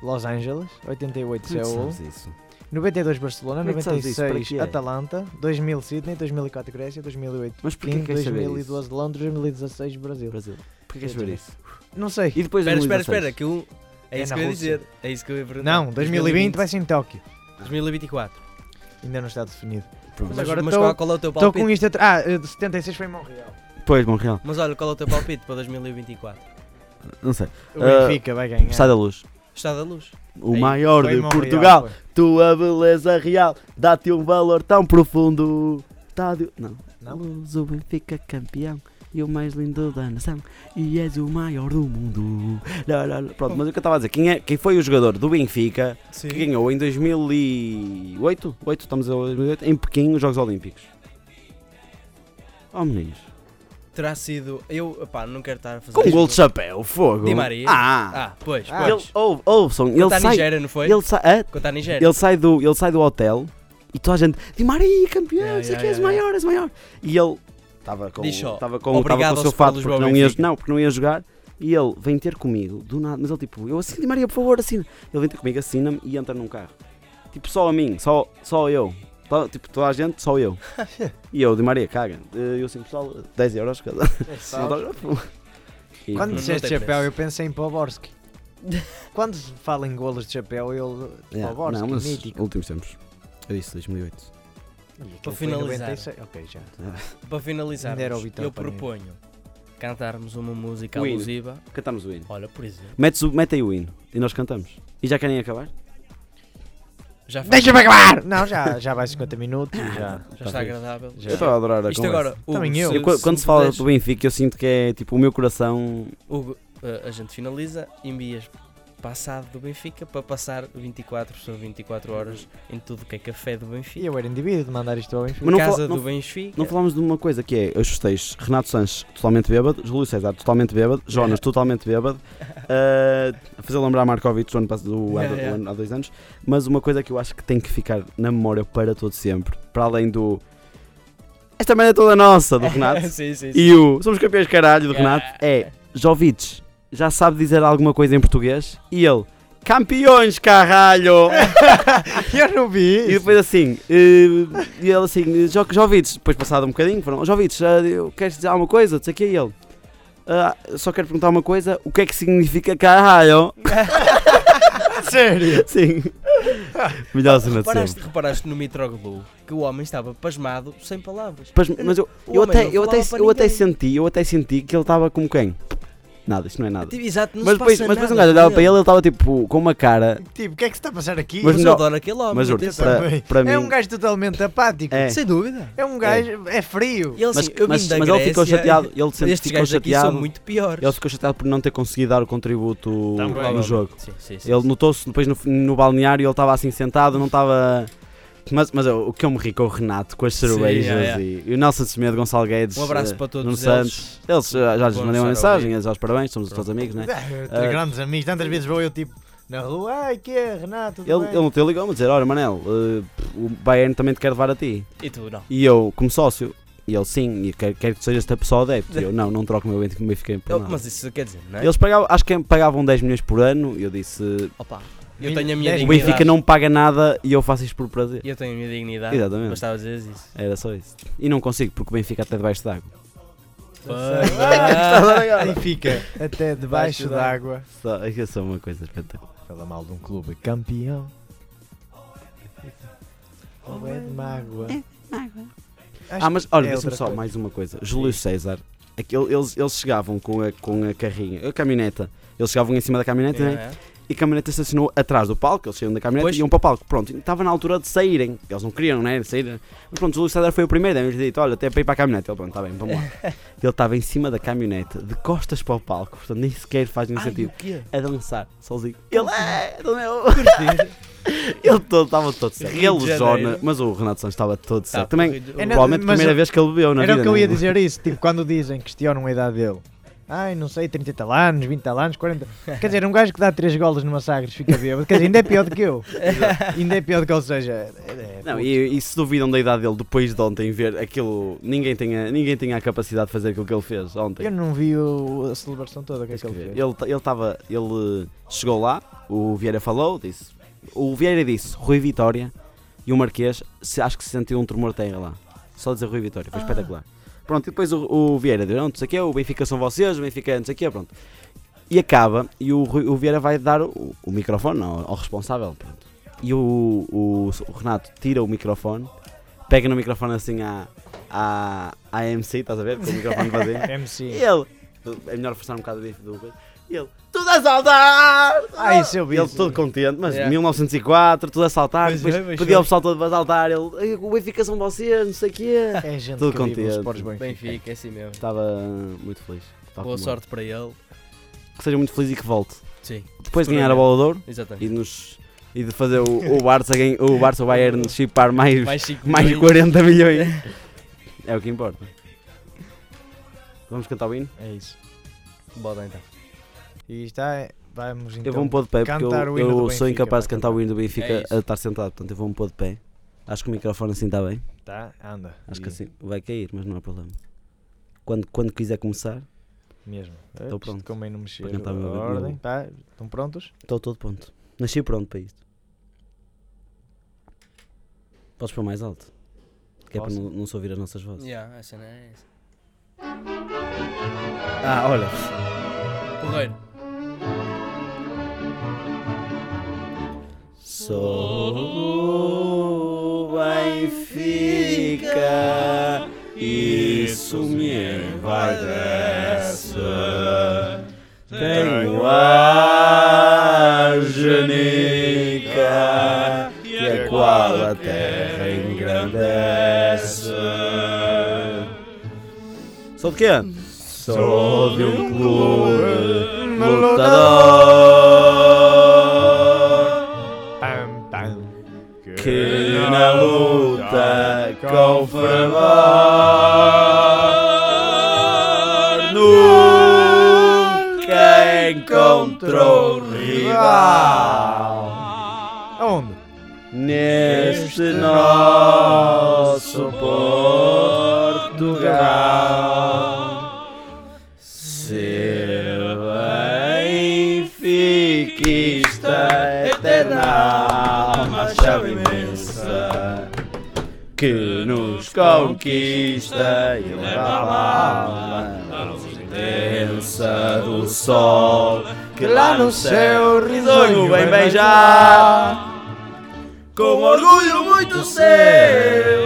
Speaker 2: Los Angeles. 88,
Speaker 3: como é que
Speaker 2: Seul.
Speaker 3: sabes isso?
Speaker 2: 92, Barcelona.
Speaker 3: Como é que sabes isso? Para
Speaker 2: 96,
Speaker 3: que é?
Speaker 2: Atalanta. 2000, Sydney. 2004, Grécia. 2008,
Speaker 3: Mas porquê
Speaker 2: Pequim.
Speaker 3: que queres saber isso?
Speaker 2: 2012, Londres. 2016, Brasil.
Speaker 3: Brasil. Porquê queres saber isso?
Speaker 2: Não sei.
Speaker 3: E depois
Speaker 5: Espera, espera,
Speaker 3: 2016?
Speaker 5: espera, que eu... É,
Speaker 2: É
Speaker 5: isso
Speaker 2: na
Speaker 5: que eu ia
Speaker 2: Rússia.
Speaker 5: dizer. É isso que eu ia perguntar.
Speaker 2: Não, 2020 vai ser em Tóquio.
Speaker 5: 2024.
Speaker 2: Ainda não está definido.
Speaker 3: Pronto.
Speaker 5: Mas,
Speaker 2: Mas agora
Speaker 5: mas
Speaker 2: tô-
Speaker 5: qual, qual é o teu
Speaker 2: Estou
Speaker 5: palpite?
Speaker 2: com isto atrás. Ah, eh, 76 foi em Montreal.
Speaker 3: Pois, Montreal.
Speaker 5: Mas olha, qual é o teu palpite para 2024?
Speaker 3: Não sei.
Speaker 2: O
Speaker 3: Ah,
Speaker 2: Benfica vai ganhar.
Speaker 3: Sai da luz.
Speaker 5: Estado da luz.
Speaker 3: O
Speaker 5: Aí,
Speaker 3: maior
Speaker 2: Foi em
Speaker 3: de
Speaker 2: Montreal,
Speaker 3: Portugal.
Speaker 2: foi.
Speaker 3: Tua beleza real dá-te um valor tão profundo. Estádio. Não.
Speaker 2: Não?
Speaker 3: Luz, o Benfica campeão e o mais lindo da nação. E és o maior do mundo. Lá, lá, lá. Pronto, mas o que eu estava a dizer, quem, é, quem foi o jogador do Benfica
Speaker 5: Sim.
Speaker 3: que ganhou em 2008? 8, estamos a 2008, em Pequim os Jogos Olímpicos? Oh meninos,
Speaker 5: terá sido. Eu, pá, não quero estar a fazer.
Speaker 3: Com um
Speaker 5: isto.
Speaker 3: gol de chapéu, fogo.
Speaker 5: Di Maria.
Speaker 3: Ah,
Speaker 5: Ah, tá pois,
Speaker 2: Ah,
Speaker 5: pois.
Speaker 3: Ele, ou- ouçam, ele
Speaker 5: Contra a
Speaker 3: sai,
Speaker 5: Nigéria, não foi?
Speaker 3: ele, sai, ah,
Speaker 5: Contra a Nigéria.
Speaker 3: ele, sai do, ele sai do hotel e toda a gente, Di Maria, campeão,
Speaker 5: Yeah,
Speaker 3: sei
Speaker 5: yeah,
Speaker 3: que és
Speaker 5: yeah,
Speaker 3: maior, és maior. E ele estava com,
Speaker 5: Diz só,
Speaker 3: estava com, estava com
Speaker 5: obrigado
Speaker 3: o
Speaker 5: ao
Speaker 3: seu
Speaker 5: Sport
Speaker 3: fato
Speaker 5: Lisboa
Speaker 3: porque não ia,
Speaker 5: Benfica.
Speaker 3: não, porque não ia jogar. E ele vem ter comigo, do nada, mas ele tipo, eu assim, Di Maria, por favor, assina. Ele vem ter comigo, assina-me e entra num carro. Tipo, só a mim, só, só eu. Tá, Tipo, toda a gente, só eu. E eu, Di Maria, caga. Eh, Eu assim, pessoal, 10 euros cada. Autógrafo. E-
Speaker 2: Quando
Speaker 5: Não
Speaker 2: disseste
Speaker 5: tem
Speaker 2: chapéu,
Speaker 5: preço.
Speaker 2: eu pensei em Poborski. Quando se fala em golos de chapéu, ele.
Speaker 3: Yeah,
Speaker 2: Poborski,
Speaker 3: não, mas
Speaker 2: mítico.
Speaker 3: últimos tempos. Eu disse 2008.
Speaker 2: Aquilo foi em
Speaker 5: finalizar.
Speaker 2: 96. Ok, já.
Speaker 5: Para finalizar,
Speaker 2: Ainda era é o Vitor
Speaker 5: eu
Speaker 2: Panini.
Speaker 5: proponho cantarmos uma música
Speaker 3: O hino.
Speaker 5: alusiva.
Speaker 3: Cantamos o hino.
Speaker 5: Olha, por exemplo,
Speaker 3: Metes o, mete aí o hino e nós cantamos. E já querem acabar?
Speaker 5: já, faz-
Speaker 2: Deixa-me acabar! Não, já, já vai 50 minutos.
Speaker 3: Ah,
Speaker 2: e Já.
Speaker 3: tá
Speaker 5: já está agradável.
Speaker 2: Já.
Speaker 3: Eu estava a adorar a
Speaker 5: Isto
Speaker 3: conversa.
Speaker 5: agora, Hugo,
Speaker 2: Também eu.
Speaker 5: se-
Speaker 3: Eu, quando-
Speaker 5: se
Speaker 3: quando se
Speaker 5: me
Speaker 3: fala
Speaker 5: puderes-
Speaker 3: do Benfica, eu sinto que é tipo o meu coração.
Speaker 5: Hugo, eh, a gente finaliza, envias passado do Benfica para passar 24 sobre 24 horas em tudo o que é café do
Speaker 2: E
Speaker 5: Benfica,
Speaker 2: eu era indivíduo de mandar isto ao Benfica.
Speaker 3: Mas não
Speaker 5: casa
Speaker 3: fala-
Speaker 5: do
Speaker 3: não-
Speaker 5: Benfica.
Speaker 3: Não falámos de uma coisa que é os festejos: Renato Sanches totalmente bêbado, Júlio César totalmente bêbado, Jonas totalmente bêbado, eh, a fazer lembrar Markovic do ano, pass- do, há,
Speaker 5: Yeah,
Speaker 3: do
Speaker 5: yeah.
Speaker 3: ano- há dois anos. Mas uma coisa que eu acho que tem que ficar na memória para todo sempre, para além do. Esta merda é toda nossa, do Renato.
Speaker 5: sim, sim, sim.
Speaker 3: E o Somos campeões caralho do
Speaker 5: Ah.
Speaker 3: Renato é Jovic já sabe dizer alguma coisa em português e ele Campeões caralho!
Speaker 2: eu não vi
Speaker 3: e
Speaker 2: isso.
Speaker 3: depois assim, eh, e ele assim, "Jo- Jovic, depois passado um bocadinho, foram Jovic, ah, eu- queres dizer alguma coisa? Não sei o que, e ele "Ah, só quero perguntar uma coisa, o que é que significa caralho?
Speaker 2: Sério?
Speaker 3: Sim, melhor cena de
Speaker 5: Reparaste,
Speaker 3: sempre.
Speaker 5: reparaste no Mitroglou que o homem estava pasmado sem palavras.
Speaker 3: Mas, mas eu,
Speaker 5: O
Speaker 3: eu,
Speaker 5: homem
Speaker 3: até,
Speaker 5: não
Speaker 3: eu, até,
Speaker 5: falava para
Speaker 3: eu até
Speaker 5: ninguém.
Speaker 3: senti, eu até senti que ele estava como quem? Nada, isto não é nada.
Speaker 5: Tipo, Exato, não
Speaker 3: mas
Speaker 5: se
Speaker 3: depois,
Speaker 5: passa
Speaker 3: mas depois um gajo
Speaker 5: nada com
Speaker 3: olhava para ele, ele estava tipo com uma cara.
Speaker 2: Tipo, o que é que se está a passar aqui?
Speaker 3: Mas
Speaker 5: Mas eu
Speaker 3: não-
Speaker 5: adoro aquele homem.
Speaker 3: mas juro,
Speaker 2: eu
Speaker 3: para,
Speaker 2: também.
Speaker 3: para mim.
Speaker 2: É um gajo totalmente apático.
Speaker 3: É.
Speaker 5: Sem dúvida.
Speaker 2: É um gajo. É, frio.
Speaker 5: E ele,
Speaker 3: mas,
Speaker 5: assim, eu
Speaker 3: mas,
Speaker 5: vim da
Speaker 3: mas ele ficou
Speaker 5: Grécia,
Speaker 3: chateado. Ele sempre
Speaker 5: Estes
Speaker 3: ficou
Speaker 5: gajos aqui são
Speaker 3: chateado.
Speaker 5: muito piores.
Speaker 3: Ele ficou chateado por não ter conseguido dar o contributo
Speaker 5: Tá
Speaker 4: Também.
Speaker 3: no jogo.
Speaker 5: Sim, sim, sim.
Speaker 3: Ele notou-se depois no, no balneário, ele estava assim sentado, não estava. Mas, mas eu- o que eu me ri com o Renato, com as
Speaker 5: Sim,
Speaker 3: cervejas
Speaker 5: é, é.
Speaker 3: E, e o Nelson de Semedo, Gonçalo Guedes.
Speaker 5: Um abraço
Speaker 3: eh,
Speaker 5: para todos
Speaker 3: Nuno
Speaker 5: eles.
Speaker 3: Santos. Eles eh, já lhes
Speaker 5: Vamos
Speaker 3: mandei uma
Speaker 5: estar a
Speaker 3: mensagem,
Speaker 5: ouvir.
Speaker 3: eles aos parabéns, somos
Speaker 5: Pronto.
Speaker 3: todos amigos, né?
Speaker 2: Ah, eu tenho
Speaker 3: Ah.
Speaker 2: grandes amigos. Tantas vezes vou eu, tipo, na rua. Ai, que é, Renato? tudo
Speaker 3: Ele,
Speaker 2: bem?"
Speaker 3: ele não te ligou-me a dizer: Olha, Manel, eh, o Bayern também te quer levar a ti.
Speaker 5: E tu, não.
Speaker 3: E eu, como sócio, e ele sim, e quero, quero que sejas esta pessoa adepto. E eu, não, não troco o meu Benfica- Benfica por
Speaker 5: Eu-
Speaker 3: nada.
Speaker 5: mas isso quer dizer, não é?
Speaker 3: Eles pagavam, acho que pagavam 10 milhões por ano, e eu disse,
Speaker 5: Opa, eu tenho a minha
Speaker 2: O
Speaker 3: o
Speaker 5: dignidade.
Speaker 3: Benfica não paga nada e eu faço isto por prazer.
Speaker 5: Eu tenho a minha dignidade.
Speaker 3: Exatamente.
Speaker 5: Mas tá. estava a dizer isso.
Speaker 3: Era só isso. E não consigo, porque o Benfica até debaixo d'água.
Speaker 2: Aí fica até debaixo d'água.
Speaker 3: Só, é só uma coisa espetacular.
Speaker 2: Fala mal de um clube campeão.
Speaker 3: é
Speaker 2: Ou é de mágoa? é
Speaker 3: Ah, mas
Speaker 5: é
Speaker 3: olha, deixa-me
Speaker 2: outra
Speaker 3: só
Speaker 2: coisa.
Speaker 3: mais uma coisa. Júlio César, aquele- eles, eles chegavam com a, com a carrinha, a caminhoneta. Eles chegavam em cima da caminhoneta, né?
Speaker 5: É.
Speaker 3: e a caminhoneta estacionou atrás do palco, eles saíram da caminhoneta
Speaker 5: Pois.
Speaker 3: e iam para o palco, pronto, e estava na altura de saírem, eles não queriam, né, de sair, mas pronto, o Luís César foi o primeiro, devem ter dito, olha, até para ir para a caminhoneta, ele, pronto, está bem, vamos lá. ele estava em cima da caminhoneta, de costas para o palco, portanto, nem sequer faz nenhum
Speaker 5: Ai,
Speaker 3: sentido,
Speaker 5: o quê?
Speaker 3: a dançar, sozinho, ele, é, do meu... ele todo, estava todo certo,
Speaker 5: Rio de
Speaker 3: ele,
Speaker 5: Janeiro.
Speaker 3: Jona, mas o Renato Santos estava todo certo,
Speaker 5: Tá,
Speaker 3: também,
Speaker 5: corrido.
Speaker 2: É na-
Speaker 3: provavelmente a
Speaker 2: mas
Speaker 3: primeira
Speaker 2: eu-
Speaker 3: vez que ele bebeu na
Speaker 2: Era o
Speaker 3: vida,
Speaker 2: que eu ia
Speaker 3: né?
Speaker 2: dizer isso, tipo, quando dizem, questionam a idade dele. Ai, não sei, 30 e tal anos, 20 tal anos, 40. Quer dizer, um gajo que dá 3 golas numa Sagres fica bêbado. Quer dizer, ainda é pior do que eu. ainda é pior do que eu, ou seja. é- é-
Speaker 3: Não, e, e se duvidam da idade dele depois de ontem ver aquilo, ninguém tinha, ninguém tinha a capacidade de fazer aquilo que ele fez ontem.
Speaker 2: eu não vi o- a celebração toda que é que ele fez.
Speaker 3: Ele ele estava, ele, chegou lá, o Vieira falou, disse, o Vieira disse Rui Vitória e o Marquês, se, acho que se sentiu um tremor de terra lá. Só dizer Rui Vitória,
Speaker 2: Ah.
Speaker 3: foi espetacular. Pronto, e depois o, o Vieira deu, não, não sei o quê, o Benfica são vocês, o Benfica é não sei o quê, pronto. E acaba, e o, Rui- o Vieira vai dar o, o microfone ao, ao responsável, pronto. E o, o- o Renato tira o microfone, pega no microfone assim à, à, à MC, estás a ver? Com o microfone vazio. E
Speaker 2: MC.
Speaker 3: ele, é melhor forçar um bocado de do coisa. E ele, tudo a saltar!
Speaker 2: Ah, isso eu vi.
Speaker 3: Ele
Speaker 2: isso.
Speaker 3: todo contente, mas
Speaker 5: Yeah.
Speaker 3: 1904, tudo a saltar,
Speaker 5: Pois
Speaker 3: depois
Speaker 5: é, pois
Speaker 3: pedia ao
Speaker 5: foi.
Speaker 3: pessoal todo para saltar, ele, "Ei, o Benfica são vocês, não sei o quê.
Speaker 2: É gente
Speaker 3: Todo
Speaker 2: que vive os
Speaker 3: contente.
Speaker 2: Sports Benfica.
Speaker 5: Benfica, é assim mesmo.
Speaker 3: Estava muito feliz. Tal
Speaker 5: Boa
Speaker 3: como
Speaker 5: sorte para ele.
Speaker 3: eu. Que seja muito feliz e que volte.
Speaker 5: Sim,
Speaker 3: Depois de
Speaker 5: Futuramente.
Speaker 3: ganhar a bola de ouro
Speaker 5: exatamente.
Speaker 3: e, nos, e de fazer o, o Barça, ganha- o Barça o Bayern chipar mais,
Speaker 5: Mais 5
Speaker 3: mais 40 milhões. É o que importa. Vamos cantar o hino?
Speaker 2: É isso.
Speaker 5: Bora então.
Speaker 2: E está. Vamos então.
Speaker 3: eu vou-me pôr de pé porque
Speaker 2: cantar
Speaker 3: eu,
Speaker 2: o hino
Speaker 3: eu
Speaker 2: do
Speaker 3: sou
Speaker 2: Benfica,
Speaker 3: incapaz de
Speaker 2: vai,
Speaker 3: cantar o hino do
Speaker 5: É
Speaker 3: Benfica
Speaker 5: isso.
Speaker 3: a estar sentado, portanto eu vou-me pôr de pé. Acho que o microfone assim está bem.
Speaker 2: Tá, anda.
Speaker 3: Acho
Speaker 2: E-
Speaker 3: que assim vai cair, mas não há problema. Quando, quando quiser começar,
Speaker 2: Mesmo.
Speaker 3: Estou
Speaker 2: Isto
Speaker 3: pronto
Speaker 2: Convém não mexer.
Speaker 3: para cantar
Speaker 2: a
Speaker 3: o meu- meu-
Speaker 2: ordem. Tá, estão prontos?
Speaker 3: estou todo pronto. Nasci pronto para isto. Podes pôr mais alto. Que é para
Speaker 2: Posso?
Speaker 3: não, não se ouvir as nossas vozes.
Speaker 5: Yeah, essa não é essa.
Speaker 3: Ah, olha.
Speaker 5: Porreiro.
Speaker 3: Sou o Benfica, isso me envaidece. Tenho a genica, que a qual a terra engrandece. Sou de quê? Sou de um clube lutador
Speaker 2: Pam, pam.
Speaker 3: que na luta com fervor nunca encontrou rival
Speaker 2: Aonde?
Speaker 3: neste nosso Portugal. Ser benfiquista eterna, uma chave imensa que nos conquista e leva a alma intensa do sol que lá no seu risonho vem beijar com orgulho muito seu.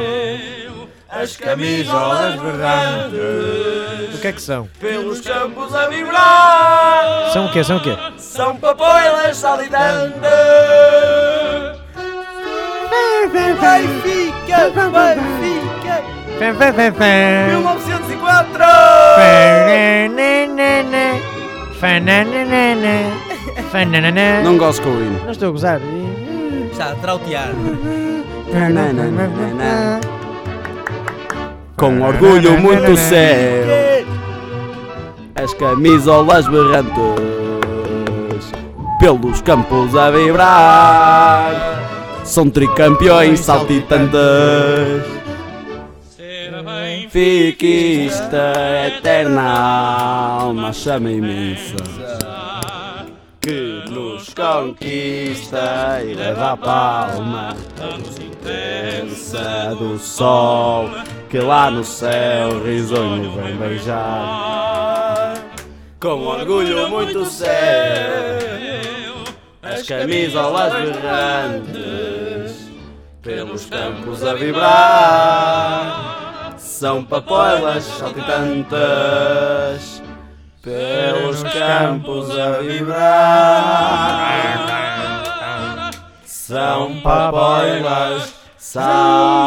Speaker 3: As camisolas berrantes
Speaker 2: O que é que são?
Speaker 3: pelos campos a vibrar
Speaker 2: São o quê? São o quê?
Speaker 3: são papoilas salidantes. Benfica, Benfica,
Speaker 2: Pam, pam, pam, pam.
Speaker 3: 1904.
Speaker 2: Fananana. Fananana. Fananana.
Speaker 3: Não gosto com o hino.
Speaker 2: Não estou a gozar.
Speaker 5: Está a trautear.
Speaker 3: Com orgulho muito sério As camisolas berrantes Pelos campos a vibrar São tricampeões saltitantes Fiquista eterna Uma chama imensa que nos conquista e leva a palma a luz intensa do sol que lá no céu risonho vem beijar com orgulho muito sério as camisolas berrantes pelos campos a vibrar são papoilas saltitantes pelos campos a vibrar. São papoilas saltitantas.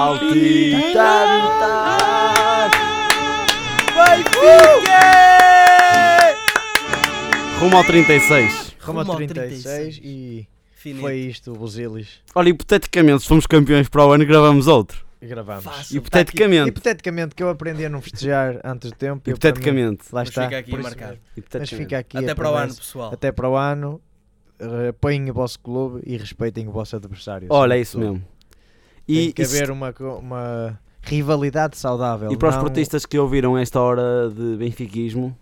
Speaker 3: Vai, Rumo ao 36.
Speaker 2: Rumo ao
Speaker 5: Rumo ao
Speaker 2: 36 e
Speaker 5: Finito.
Speaker 2: foi isto, Buzilis.
Speaker 3: Olha, hipoteticamente, se formos campeões para o ano, gravamos outro.
Speaker 2: E gravamos.
Speaker 5: Fácil.
Speaker 3: Hipoteticamente.
Speaker 2: Hipoteticamente, que eu aprendi a não festejar antes do tempo. eu, para mim,
Speaker 3: Hipoteticamente.
Speaker 2: Lá
Speaker 5: Mas
Speaker 2: está.
Speaker 5: fica aqui
Speaker 2: por isso
Speaker 5: marcado.
Speaker 2: mesmo. Mas
Speaker 3: Hipoteticamente.
Speaker 2: fica aqui.
Speaker 5: Até
Speaker 2: a
Speaker 5: para o ano,
Speaker 2: promessa.
Speaker 5: pessoal.
Speaker 2: Até para o ano. eh, Apoiem o vosso clube e respeitem o vosso adversário.
Speaker 3: Olha, é isso
Speaker 2: sobretudo.
Speaker 3: mesmo.
Speaker 2: Tem
Speaker 3: E,
Speaker 2: que
Speaker 3: e se
Speaker 2: haver um uma, co- uma rivalidade saudável.
Speaker 3: E para os
Speaker 2: não-
Speaker 3: portistas que ouviram esta hora de benfiquismo,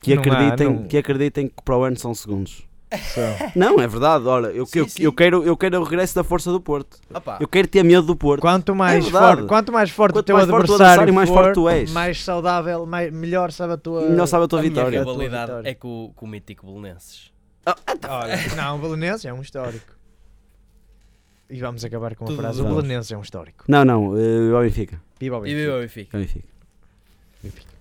Speaker 3: que
Speaker 2: Não há,
Speaker 3: acreditem,
Speaker 2: não.
Speaker 3: que acreditem que para o ano são segundos.
Speaker 2: São.
Speaker 3: Não, é verdade. Olha, eu,
Speaker 5: Sim,
Speaker 3: eu,
Speaker 5: sim.
Speaker 3: eu quero, eu quero o regresso da força do Porto.
Speaker 5: Opa,
Speaker 2: Ah.
Speaker 3: Eu quero ter medo do Porto.
Speaker 2: Quanto mais,
Speaker 3: É verdade.
Speaker 2: forte, quanto mais forte o
Speaker 3: Quanto
Speaker 2: teu
Speaker 3: mais forte o
Speaker 2: adversário,
Speaker 3: adversário, mais
Speaker 2: for,
Speaker 3: forte tu és.
Speaker 2: mais saudável, mais, melhor sabe a tua.
Speaker 3: Melhor sabe a tua
Speaker 5: a minha
Speaker 3: vitória.
Speaker 5: rivalidade
Speaker 2: Vitória.
Speaker 5: é com, com o mítico Belenenses.
Speaker 2: Olha, não, o Belenenses é um histórico. E vamos acabar com a
Speaker 5: Tudo
Speaker 2: frase: o
Speaker 3: vamos.
Speaker 2: Belenenses é um histórico.
Speaker 3: Não, não, eh, ao Benfica.
Speaker 2: Viva o
Speaker 5: E
Speaker 2: Benfica.
Speaker 5: viva o Benfica.
Speaker 3: ao Benfica.
Speaker 2: Benfica.